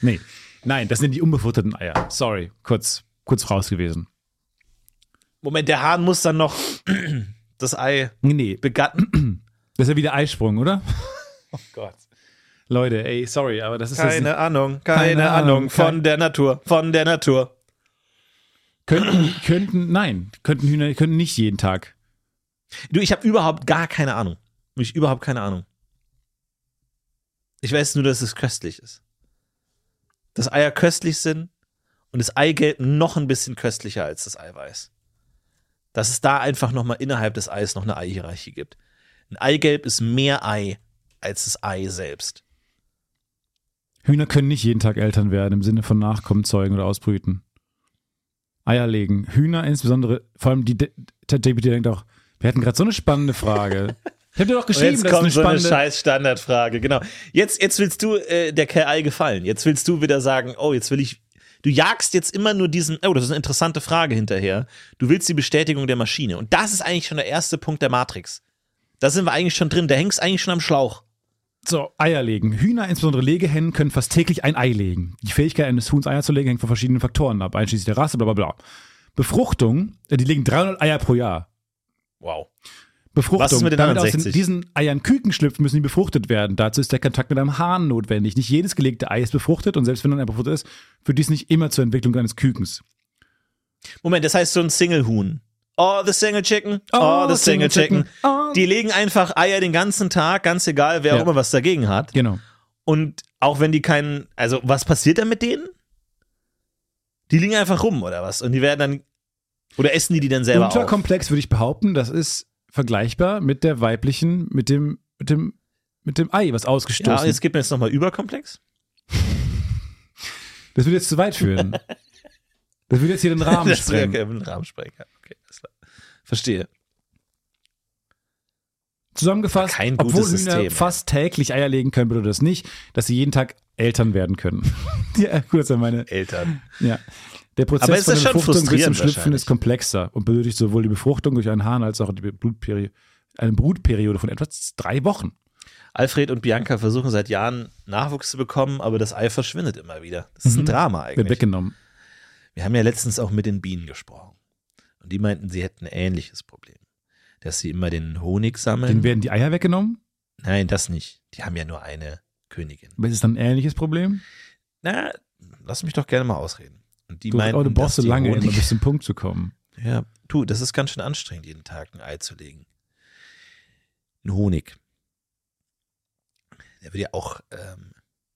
Nee. Nein, das sind die unbefutterten Eier. Sorry, kurz, kurz raus gewesen.
Moment, der Hahn muss dann noch das Ei
Nee, nee.
begatten.
Das ist ja wieder Eisprung, oder?
Oh Gott.
Leute, ey, sorry, aber das ist jetzt
Keine Ahnung, keine,
Keine
Ahnung,
Ahnung,
von
kein-
der Natur, von der Natur.
Könnten, könnten, nein, könnten Hühner, könnten nicht jeden Tag.
Du, ich habe überhaupt gar keine Ahnung. Ich überhaupt keine Ahnung. Ich weiß nur, dass es köstlich ist. Dass Eier köstlich sind und das Eigelb noch ein bisschen köstlicher als das Eiweiß. Dass es da einfach nochmal innerhalb des Eis noch eine Eihierarchie gibt. Ein Eigelb ist mehr Ei als das Ei selbst.
Hühner können nicht jeden Tag Eltern werden im Sinne von Nachkommen zeugen oder ausbrüten. Eier legen. Hühner insbesondere, vor allem die ChatGPT denkt auch, wir hatten gerade so eine spannende Frage. Ich hab dir doch
Und
geschrieben,
jetzt
das ist eine
kommt so eine
spannende.
scheiß Standardfrage, genau. Jetzt, jetzt willst du äh, der Kerl gefallen. Jetzt willst du wieder sagen, oh, jetzt will ich. Du jagst jetzt immer nur diesen, oh, das ist eine interessante Frage hinterher. Du willst die Bestätigung der Maschine. Und das ist eigentlich schon der erste Punkt der Matrix. Da sind wir eigentlich schon drin. Da hängst eigentlich schon am Schlauch.
so, Eier legen. Hühner, insbesondere Legehennen, können fast täglich ein Ei legen. Die Fähigkeit eines Huhns, Eier zu legen, hängt von verschiedenen Faktoren ab, einschließlich der Rasse, bla bla bla. Befruchtung, äh, die legen 300 Eier pro Jahr.
Wow.
Befruchtung.
Was ist mit den
Damit
anderen
aus
60?
diesen Eiern Küken schlüpfen, müssen die befruchtet werden. Dazu ist der Kontakt mit einem Hahn notwendig. Nicht jedes gelegte Ei ist befruchtet und selbst wenn ein Ei befruchtet ist, führt dies nicht immer zur Entwicklung eines Kükens.
Moment, das heißt so ein Single-Huhn. Oh, the Single Chicken. Oh, the Single Chicken.
Oh.
Die legen einfach Eier den ganzen Tag, ganz egal, wer
Ja.
auch immer was dagegen hat.
Genau.
Und auch wenn die keinen, also was passiert dann mit denen? Die liegen einfach rum oder was? Und die werden dann, oder essen die die dann selber auf?
Unterkomplex würde ich behaupten, das ist vergleichbar mit der weiblichen, mit dem, mit dem, mit dem Ei, was
Ja,
ausgestoßen
jetzt
ist.
gibt mir jetzt nochmal Überkomplex.
Das würde jetzt zu weit führen. das würde jetzt hier den Rahmen
Das wäre
sprengen.
okay, ein Rahmensprenger. Okay, alles klar. Verstehe.
Zusammengefasst,
Kein gutes
obwohl Hühner
System.
fast täglich Eier legen können, bedeutet das nicht, dass sie jeden Tag Eltern werden können. ja, gut, das war meine
Eltern.
Ja. Der Prozess
Aber es
von
ist
der
schon
Befruchtung bis zum
frustrierend
Schlüpfen
wahrscheinlich.
ist komplexer und benötigt sowohl die Befruchtung durch einen Hahn als auch die Blutperi eine Brutperiode von etwa drei Wochen.
Alfred und Bianca versuchen seit Jahren Nachwuchs zu bekommen, aber das Ei verschwindet immer wieder. Das ist ein Drama
Wird
eigentlich.
weggenommen.
Wir haben ja letztens auch mit den Bienen gesprochen. Und die meinten, sie hätten ein ähnliches Problem. Dass sie immer den Honig sammeln.
Denen werden die Eier weggenommen?
Nein, das nicht. Die haben ja nur eine Königin.
Was ist dann ein ähnliches Problem?
Na, lass mich doch gerne mal ausreden. Und die
Du,
meinten,
oh, du brauchst
dass
so
die
lange, um
Honig,
bis zum Punkt zu kommen.
Ja, du, das ist ganz schön anstrengend, jeden Tag ein Ei zu legen. Ein Honig. Der wird ja auch, ähm,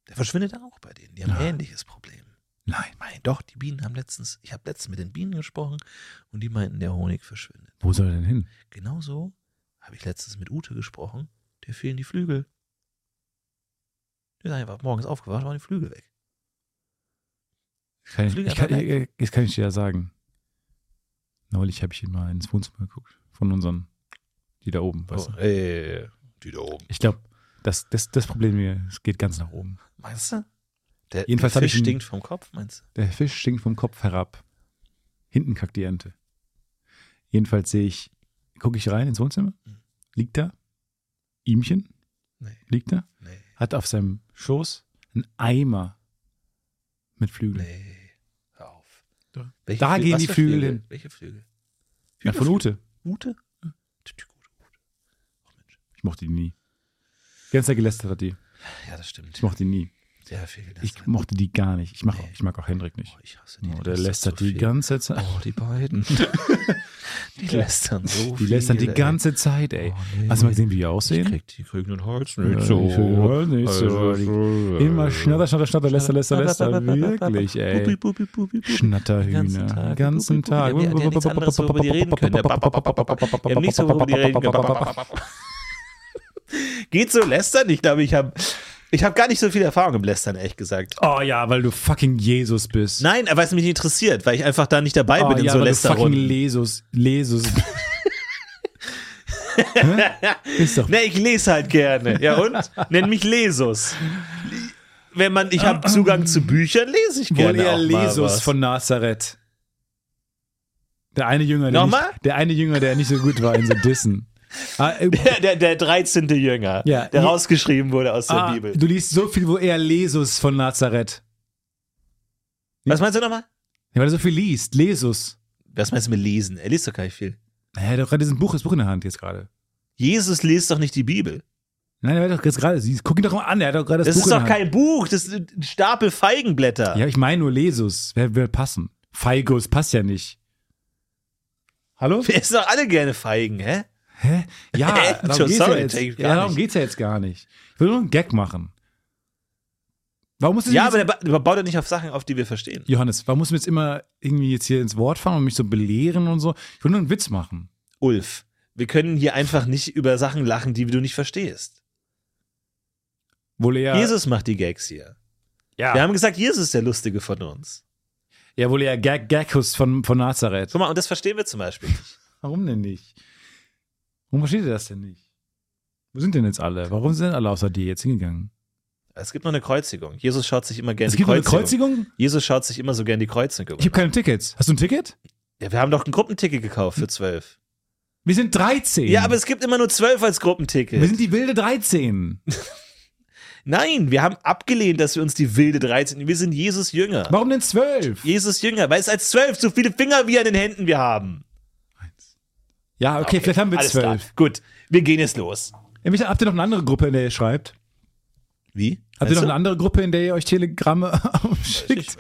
der verschwindet dann auch bei denen. Die haben ein ähnliches Problem.
Nein.
Nein, doch, die Bienen haben letztens, ich habe letztens mit den Bienen gesprochen und die meinten, der Honig verschwindet.
Wo soll er denn hin?
Genauso habe ich letztens mit Ute gesprochen, der fehlen die Flügel. Die ist einfach morgens aufgewacht, waren die Flügel weg.
Das kann ich,
Flüge
ich kann,
einfach
ich, das kann ich dir ja sagen. Neulich habe ich ihn mal ins Wohnzimmer geguckt. Von unseren, die da oben. Weißt
Oh,
du?
ey, die da oben.
Ich glaube, das, das, das Problem hier, es geht ganz nach oben.
Meinst du? Der,
Jedenfalls
der
habe ich
Fisch
einen-
stinkt vom Kopf, meinst
Der Fisch stinkt vom Kopf herab. Hinten kackt die Ente. Jedenfalls sehe ich, gucke ich rein ins Wohnzimmer. Liegt da? Ihmchen?
du? Nee,
Liegt da?
nee,
Hat auf seinem Schoß einen Eimer mit Flügeln.
nee. Hör auf.
Da-
Welche
da
Flü-
gehen
was
die
für
Flügel hin.
Welche Flügel?
Ja, von Ute.
Ute?
Ich mochte die nie. Die ganze Zeit gelästert hat die.
Ja, das stimmt.
Ich mochte die nie.
Sehr viel. das-
Ich mochte die gar nicht. Ich, mach, auch- ich mag auch Hendrik
Oh,
nicht.
ich hasse die.
Ja,
die
der
lästern
lästert
so
die
viel.
ganze Zeit.
Oh, die beiden. die lästern so
Die lästern die
viel, ey. Oh,
ganze Zeit, ey.
nee.
Hast du mal gesehen, wie die
Ich
aussehen?
krieg, die kriegen den Hals
Ja,
nicht so. Also, äh.
ich höre nicht so. Die- Immer schnatter, schnatter, schnatter, läster, läster, läster. Wirklich, ey. Schnatterhühner. Den ganzen Tag.
Die, die, die, nichts anderes, worüber die reden können. Die haben nichts, worüber die reden können. Geht so lästern? Ich glaube, ich habe ich hab gar nicht so viel Erfahrung im Lästern, ehrlich gesagt.
Oh ja, weil du fucking Jesus bist.
Nein, weil es mich nicht interessiert, weil ich einfach da nicht dabei
oh,
bin in
ja,
so
weil du fucking
Lästerrunden.
Jesus, Jesus. Hä? Ist doch
Ne, ich lese halt gerne. Ja und? Nenn mich Lesus. Wenn man, ich habe Zugang zu Büchern, lese ich
wohl
gerne
eher
auch mal
Jesus
was.
von Nazareth. Der eine Jünger, der
Nochmal?
nicht, der eine Jünger, der nicht so gut war in so Dissen. Ah, äh,
der, der 13. Jünger,
Ja.
der
Je-
rausgeschrieben wurde aus der
ah,
Bibel.
du liest so viel, wo er Jesus von Nazareth.
Was meinst du nochmal?
Ja, weil er so viel liest. Jesus.
Was meinst du mit lesen? Er liest doch gar nicht viel.
Na, Er hat doch gerade dieses Buch, das Buch in der Hand jetzt gerade.
Jesus liest doch nicht die Bibel.
Nein, er hat doch jetzt gerade, sie- guck ihn doch mal an, er hat doch gerade das,
Das
Buch
ist
in
doch
der Hand.
kein Buch, das ist ein Stapel Feigenblätter.
Ja, ich meine nur Jesus. Wer will passen? Feigus passt ja nicht. Hallo?
Wir essen doch alle gerne Feigen, hä?
Hä? Ja,
Hä?
darum geht's
Sorry,
ja jetzt,
denke ich
ja,
gar
darum
nicht.
geht's ja jetzt gar nicht. Ich will nur einen Gag machen. Warum musst du
Ja,
jetzt,
aber der, ba- der baut doch nicht auf Sachen auf, die wir verstehen.
Johannes, warum musst du mir jetzt immer irgendwie jetzt hier ins Wort fahren und mich so belehren und so? Ich will nur einen Witz machen.
Ulf, wir können hier einfach nicht über Sachen lachen, die du nicht verstehst.
Wohl eher,
Jesus macht die Gags hier. Wir
ja,
haben gesagt, Jesus ist der Lustige von uns.
ja, wohl eher Gag Gaghus von, von Nazareth.
Guck mal, und das verstehen wir zum Beispiel nicht.
Warum denn nicht? Warum versteht ihr das denn nicht? Wo sind denn jetzt alle? Warum sind denn alle außer dir jetzt hingegangen?
Es gibt noch eine Kreuzigung. Jesus schaut sich immer gerne
Also, Es
die
gibt eine
Kreuzigung.
Kreuzigung?
Jesus schaut sich immer so gerne die Kreuzigung.
Ich habe keine Tickets. Hast du ein Ticket?
Ja, wir haben doch ein Gruppenticket gekauft für zwölf.
Wir sind 13.
Ja, aber es gibt immer nur zwölf als
wir sind
Gruppenticket.
die wilde 13.
Nein, wir haben abgelehnt, dass wir uns die wilde 13. Wir sind Jesus Jünger.
Warum denn 12?
Jesus Jünger, weil es als zwölf so viele Finger wie an den Händen wir haben.
Ja, okay, vielleicht haben wir
Alles klar.
12.
Gut, wir gehen jetzt los.
Ja, Micha, habt ihr noch eine andere Gruppe, in der ihr schreibt?
Wie?
Habt ihr noch eine andere Gruppe, in der ihr euch Telegramme
ich,
schickt?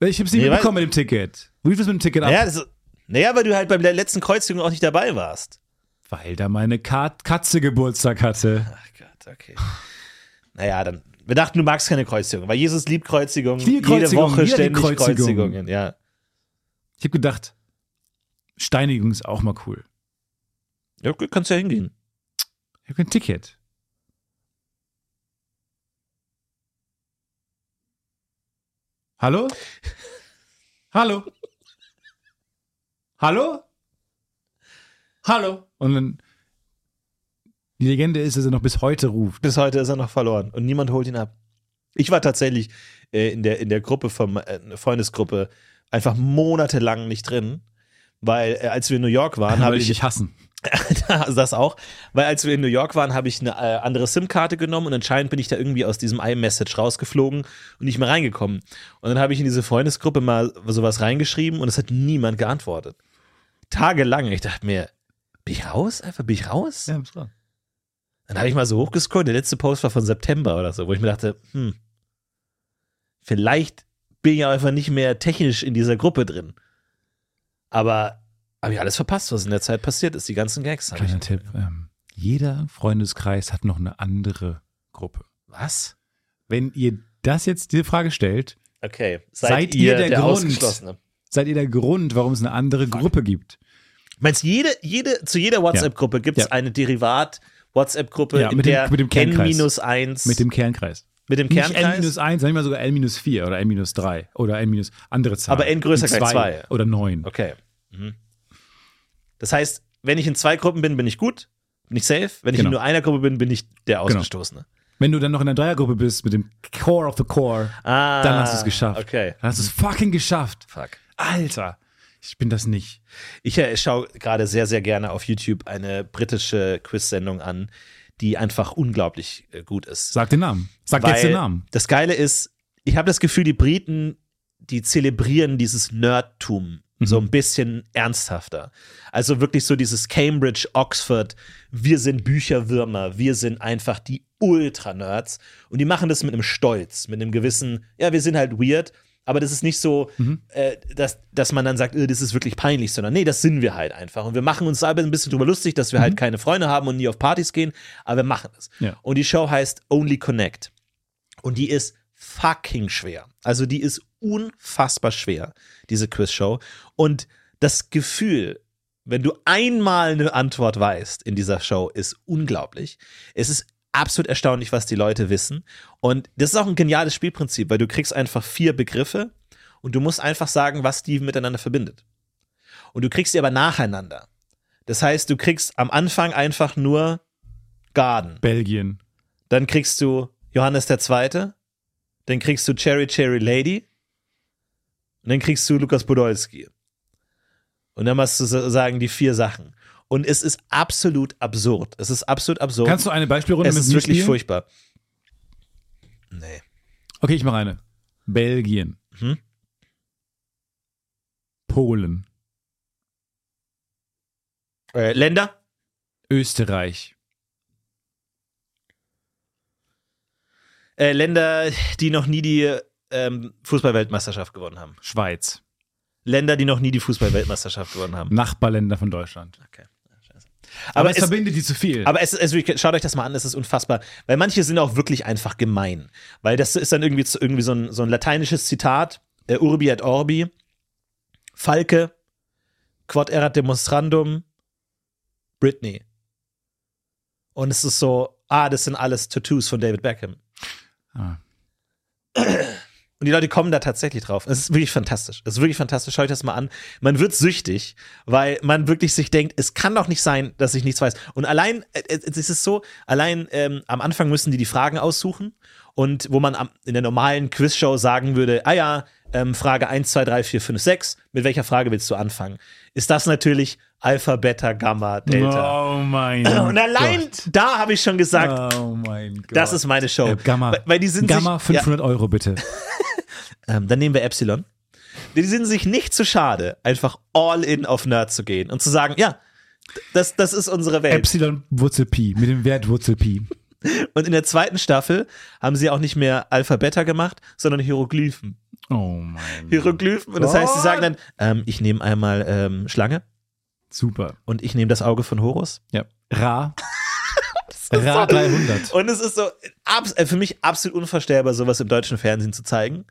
Ich hab's nicht
Nee,
mitbekommen mit dem Ticket. Wie viel ist mit dem Ticket ab?
naja, das, ist- naja, weil du halt bei der letzten Kreuzigung auch nicht dabei warst.
Weil da meine Kat Katze Geburtstag hatte.
Ach Gott, okay. Naja, dann. Wir dachten, du magst keine Kreuzigung, weil Jesus liebt Kreuzigungen.
Ich liebe
Jede
Kreuzigungen,
Woche
jeder
ständig
liebt Kreuzigungen.
Kreuzigungen. Ja.
Ich hab gedacht, Steinigung ist auch mal cool.
ja, gut, kannst ja hingehen.
Ich hab kein Ticket. Hallo? Hallo? Hallo? Hallo? Und dann, die Legende ist, dass er noch bis heute ruft.
Bis heute ist er noch verloren und niemand holt ihn ab. Ich war tatsächlich äh, in, der, in der Gruppe vom äh, einer Freundesgruppe einfach monatelang nicht drin, weil äh, als wir in New York waren,
Weil
habe
ich
ich,
dich hassen.
das auch, weil als wir in New York waren, habe ich eine äh, andere SIM-Karte genommen und anscheinend bin ich da irgendwie aus diesem iMessage rausgeflogen und nicht mehr reingekommen. Und dann habe ich in diese Freundesgruppe mal sowas reingeschrieben und es hat niemand geantwortet. Tagelang. Ich dachte mir, bin ich raus? Einfach bin ich raus?
Ja, bist dran.
Dann habe ich mal so hochgescrollt. Der letzte Post war von September oder so, wo ich mir dachte, hm, vielleicht bin ich auch einfach nicht mehr technisch in dieser Gruppe drin. Aber habe ich alles verpasst, was in der Zeit passiert ist. Die ganzen Gags habe ich.
Kleiner Tipp. Ähm, jeder Freundeskreis hat noch eine andere Gruppe.
Was?
Wenn ihr das jetzt die Frage stellt,
Okay. Seid,
Seid
ihr,
ihr
der,
der Grund?
Ausgeschlossene?
seid ihr der Grund, warum es eine andere Gruppe gibt.
Meinst du, jede, jede, zu jeder WhatsApp-Gruppe gibt es
Ja.
eine Derivat-WhatsApp-Gruppe,
Ja,
in
mit dem-
der
mit dem Kernkreis.
N-1
Mit dem Kernkreis.
mit dem
Nicht
Kernkreis?
N-1, sondern immer sogar N-4 oder N-3 oder N- andere Zahlen.
Aber N größer
Wie
gleich
zwei
zwei.
Oder 9.
Okay. Mhm. Das heißt, wenn ich in zwei Gruppen bin, bin ich gut, bin ich safe. Wenn ich in
Genau.
nur einer Gruppe bin, bin ich der Ausgestoßene.
Wenn du dann noch in der Dreiergruppe bist mit dem Core of the Core,
Ah,
dann hast du es geschafft.
okay.
Dann hast du es fucking geschafft.
Fuck.
Alter, ich bin das nicht.
Ich äh, schaue gerade sehr, sehr gerne auf YouTube eine britische Quiz-Sendung an, die einfach unglaublich äh, gut ist.
Sag den Namen. Sag
Weil
jetzt den Namen.
Das Geile ist, ich habe das Gefühl, die Briten, die zelebrieren dieses Nerdtum so
Mhm.
ein bisschen ernsthafter. Also wirklich so dieses Cambridge, Oxford, wir sind Bücherwürmer, wir sind einfach die Ultra-Nerds. Und die machen das mit einem Stolz, mit einem gewissen, ja, wir sind halt weird. Aber das ist nicht so,
Mhm.
äh, dass, dass man dann sagt, äh, das ist wirklich peinlich, sondern nee, das sind wir halt einfach. Und wir machen uns selber ein bisschen drüber lustig, dass wir halt keine Freunde haben und nie auf Partys gehen, aber wir machen es.
Mhm. Ja.
Und die Show heißt Only Connect. Und die ist fucking schwer. Also die ist unfassbar schwer, diese Quizshow. Und das Gefühl, wenn du einmal eine Antwort weißt in dieser Show, ist unglaublich. Es ist absolut erstaunlich, was die Leute wissen. Und das ist auch ein geniales Spielprinzip, weil du kriegst einfach vier Begriffe und du musst einfach sagen, was die miteinander verbindet. Und du kriegst sie aber nacheinander. Das heißt, du kriegst am Anfang einfach nur Garden.
Belgien.
Dann kriegst du Johannes der Zweite. Dann kriegst du Cherry Cherry Lady. Und dann kriegst du Lukas Podolski. Und dann machst du so- sagen die vier Sachen. Und es ist absolut absurd. Es ist absolut absurd.
Kannst du eine Beispielrunde
es
mit
ist
mir
wirklich
spielen?
furchtbar. Nee.
Okay, ich mache eine. Belgien.
Mhm.
Polen.
Äh, Länder?
Österreich.
Äh, Länder, die noch nie die ähm, Fußballweltmeisterschaft gewonnen haben.
Schweiz.
Länder, die noch nie die Fußballweltmeisterschaft gewonnen haben.
Nachbarländer von Deutschland.
Okay. Scheiße.
Aber, es verbindet die zu viel.
Aber es, es, schaut euch das mal an, es ist unfassbar. Weil manche sind auch wirklich einfach gemein. Weil das ist dann irgendwie, zu- irgendwie so, ein, so ein lateinisches Zitat: äh, Urbi et Orbi, Falke, Quod erat demonstrandum, Britney. Und es ist so: Ah, das sind alles Tattoos von David Beckham.
Ah.
Und die Leute kommen da tatsächlich drauf. Es ist wirklich fantastisch. Es ist wirklich fantastisch. Schaut euch das mal an. Man wird süchtig, weil man wirklich sich denkt, es kann doch nicht sein, dass ich nichts weiß. Und allein, äh, äh, es ist so, allein ähm, am Anfang müssen die die Fragen aussuchen. Und wo man am, in der normalen Quizshow sagen würde, ah ja, ähm, Frage 1, 2, 3, 4, 5, 6, mit welcher Frage willst du anfangen? Ist das natürlich Alpha, Beta, Gamma, Delta.
oh mein
Und allein da habe ich schon gesagt,
Gott. Oh mein Gott.
das ist meine Show.
Äh, Gamma.
Weil, weil die sind
Gamma
sich, ja,
500 Euro bitte.
Ähm, dann nehmen wir Epsilon. Die sind sich nicht zu schade, einfach all in auf Nerd zu gehen und zu sagen, ja, das, das ist unsere Welt.
Epsilon Wurzel Pi mit dem Wert Wurzel Pi.
und in der zweiten Staffel haben sie auch nicht mehr Alpha Beta gemacht, sondern Hieroglyphen.
Oh mein Gott.
Hieroglyphen. Und das heißt, sie sagen dann, ähm, ich nehme einmal ähm, Schlange
Super.
und ich nehme das Auge von Horus.
Ja. Ra. Ra 300.
Und es ist so abs äh, für mich absolut unvorstellbar, sowas im deutschen Fernsehen zu zeigen.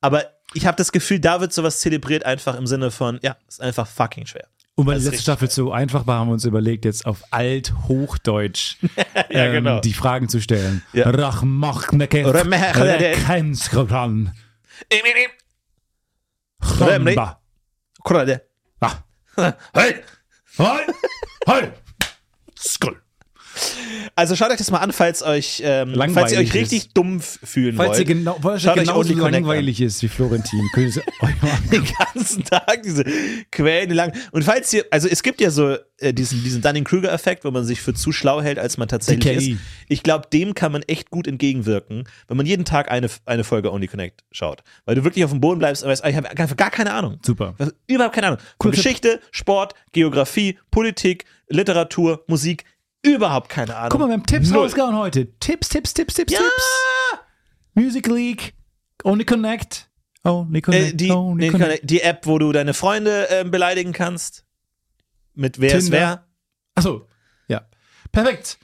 Aber ich habe das Gefühl, da wird sowas zelebriert, einfach im Sinne von, ja, ist einfach fucking schwer.
Und weil
Das ist
die letzte
richtig
Staffel zu einfach war, haben wir uns überlegt, jetzt auf Althochdeutsch ähm,
genau.
die Fragen zu stellen. Äh,
Ja.
Rachmachmeke
Remechle-
Rekemskran
Remli-
Chromba.
Kurde.
Ah.
Hey!
Hoi! Hoi! Skull!
Also schaut euch das mal an, falls euch, ähm,
Langweilig
falls ihr euch
ist.
richtig dumm f- fühlen
Falls ihr
wollt.
genau, falls ihr
schaut euch
genauso
Only Connect
langweilig ist wie Florentin, könnt ihr euch
den ganzen Tag diese Quellen lang. Und falls ihr, also es gibt ja so äh, diesen, diesen Dunning-Kruger-Effekt, wo man sich für zu schlau hält, als man tatsächlich
Die KI.
ist. Ich glaube, dem kann man echt gut entgegenwirken, wenn man jeden Tag eine, eine Folge Only Connect schaut. Weil du wirklich auf dem Boden bleibst und weißt, ah, ich habe gar gar keine Ahnung.
Super.
Was- Überhaupt keine Ahnung. Von
Tipp.
Geschichte, Sport, Geografie, Politik, Literatur, Musik, überhaupt keine Ahnung.
Guck mal, wir haben Tipps
Null.
rausgehauen heute. Tipps, Tipps, Tipps, Tipps,
ja!
Tipps. Music League. Only Connect. Only
Äh,
Connect.
die,
only
nee,
connect.
die App, wo du deine Freunde ähm, beleidigen kannst. Mit wer ist
Tinder.
wer.
Achso. Ja. Perfekt.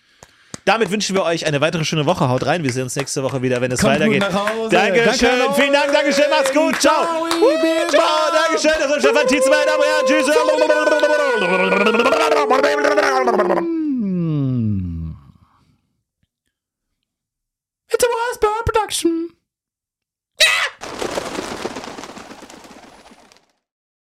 Damit wünschen wir euch eine weitere schöne Woche. Haut rein, wir sehen uns nächste Woche wieder, wenn es
Kommt gut
weitergeht.
nach Hause.
Dankeschön,
Danke,
vielen Dank, Dankeschön, macht's gut, ciao.
Ciao, ihr Bienen.
Ciao, Dankeschön, das ist Stefan Tietzmann, Adrian, tschüss. Hm.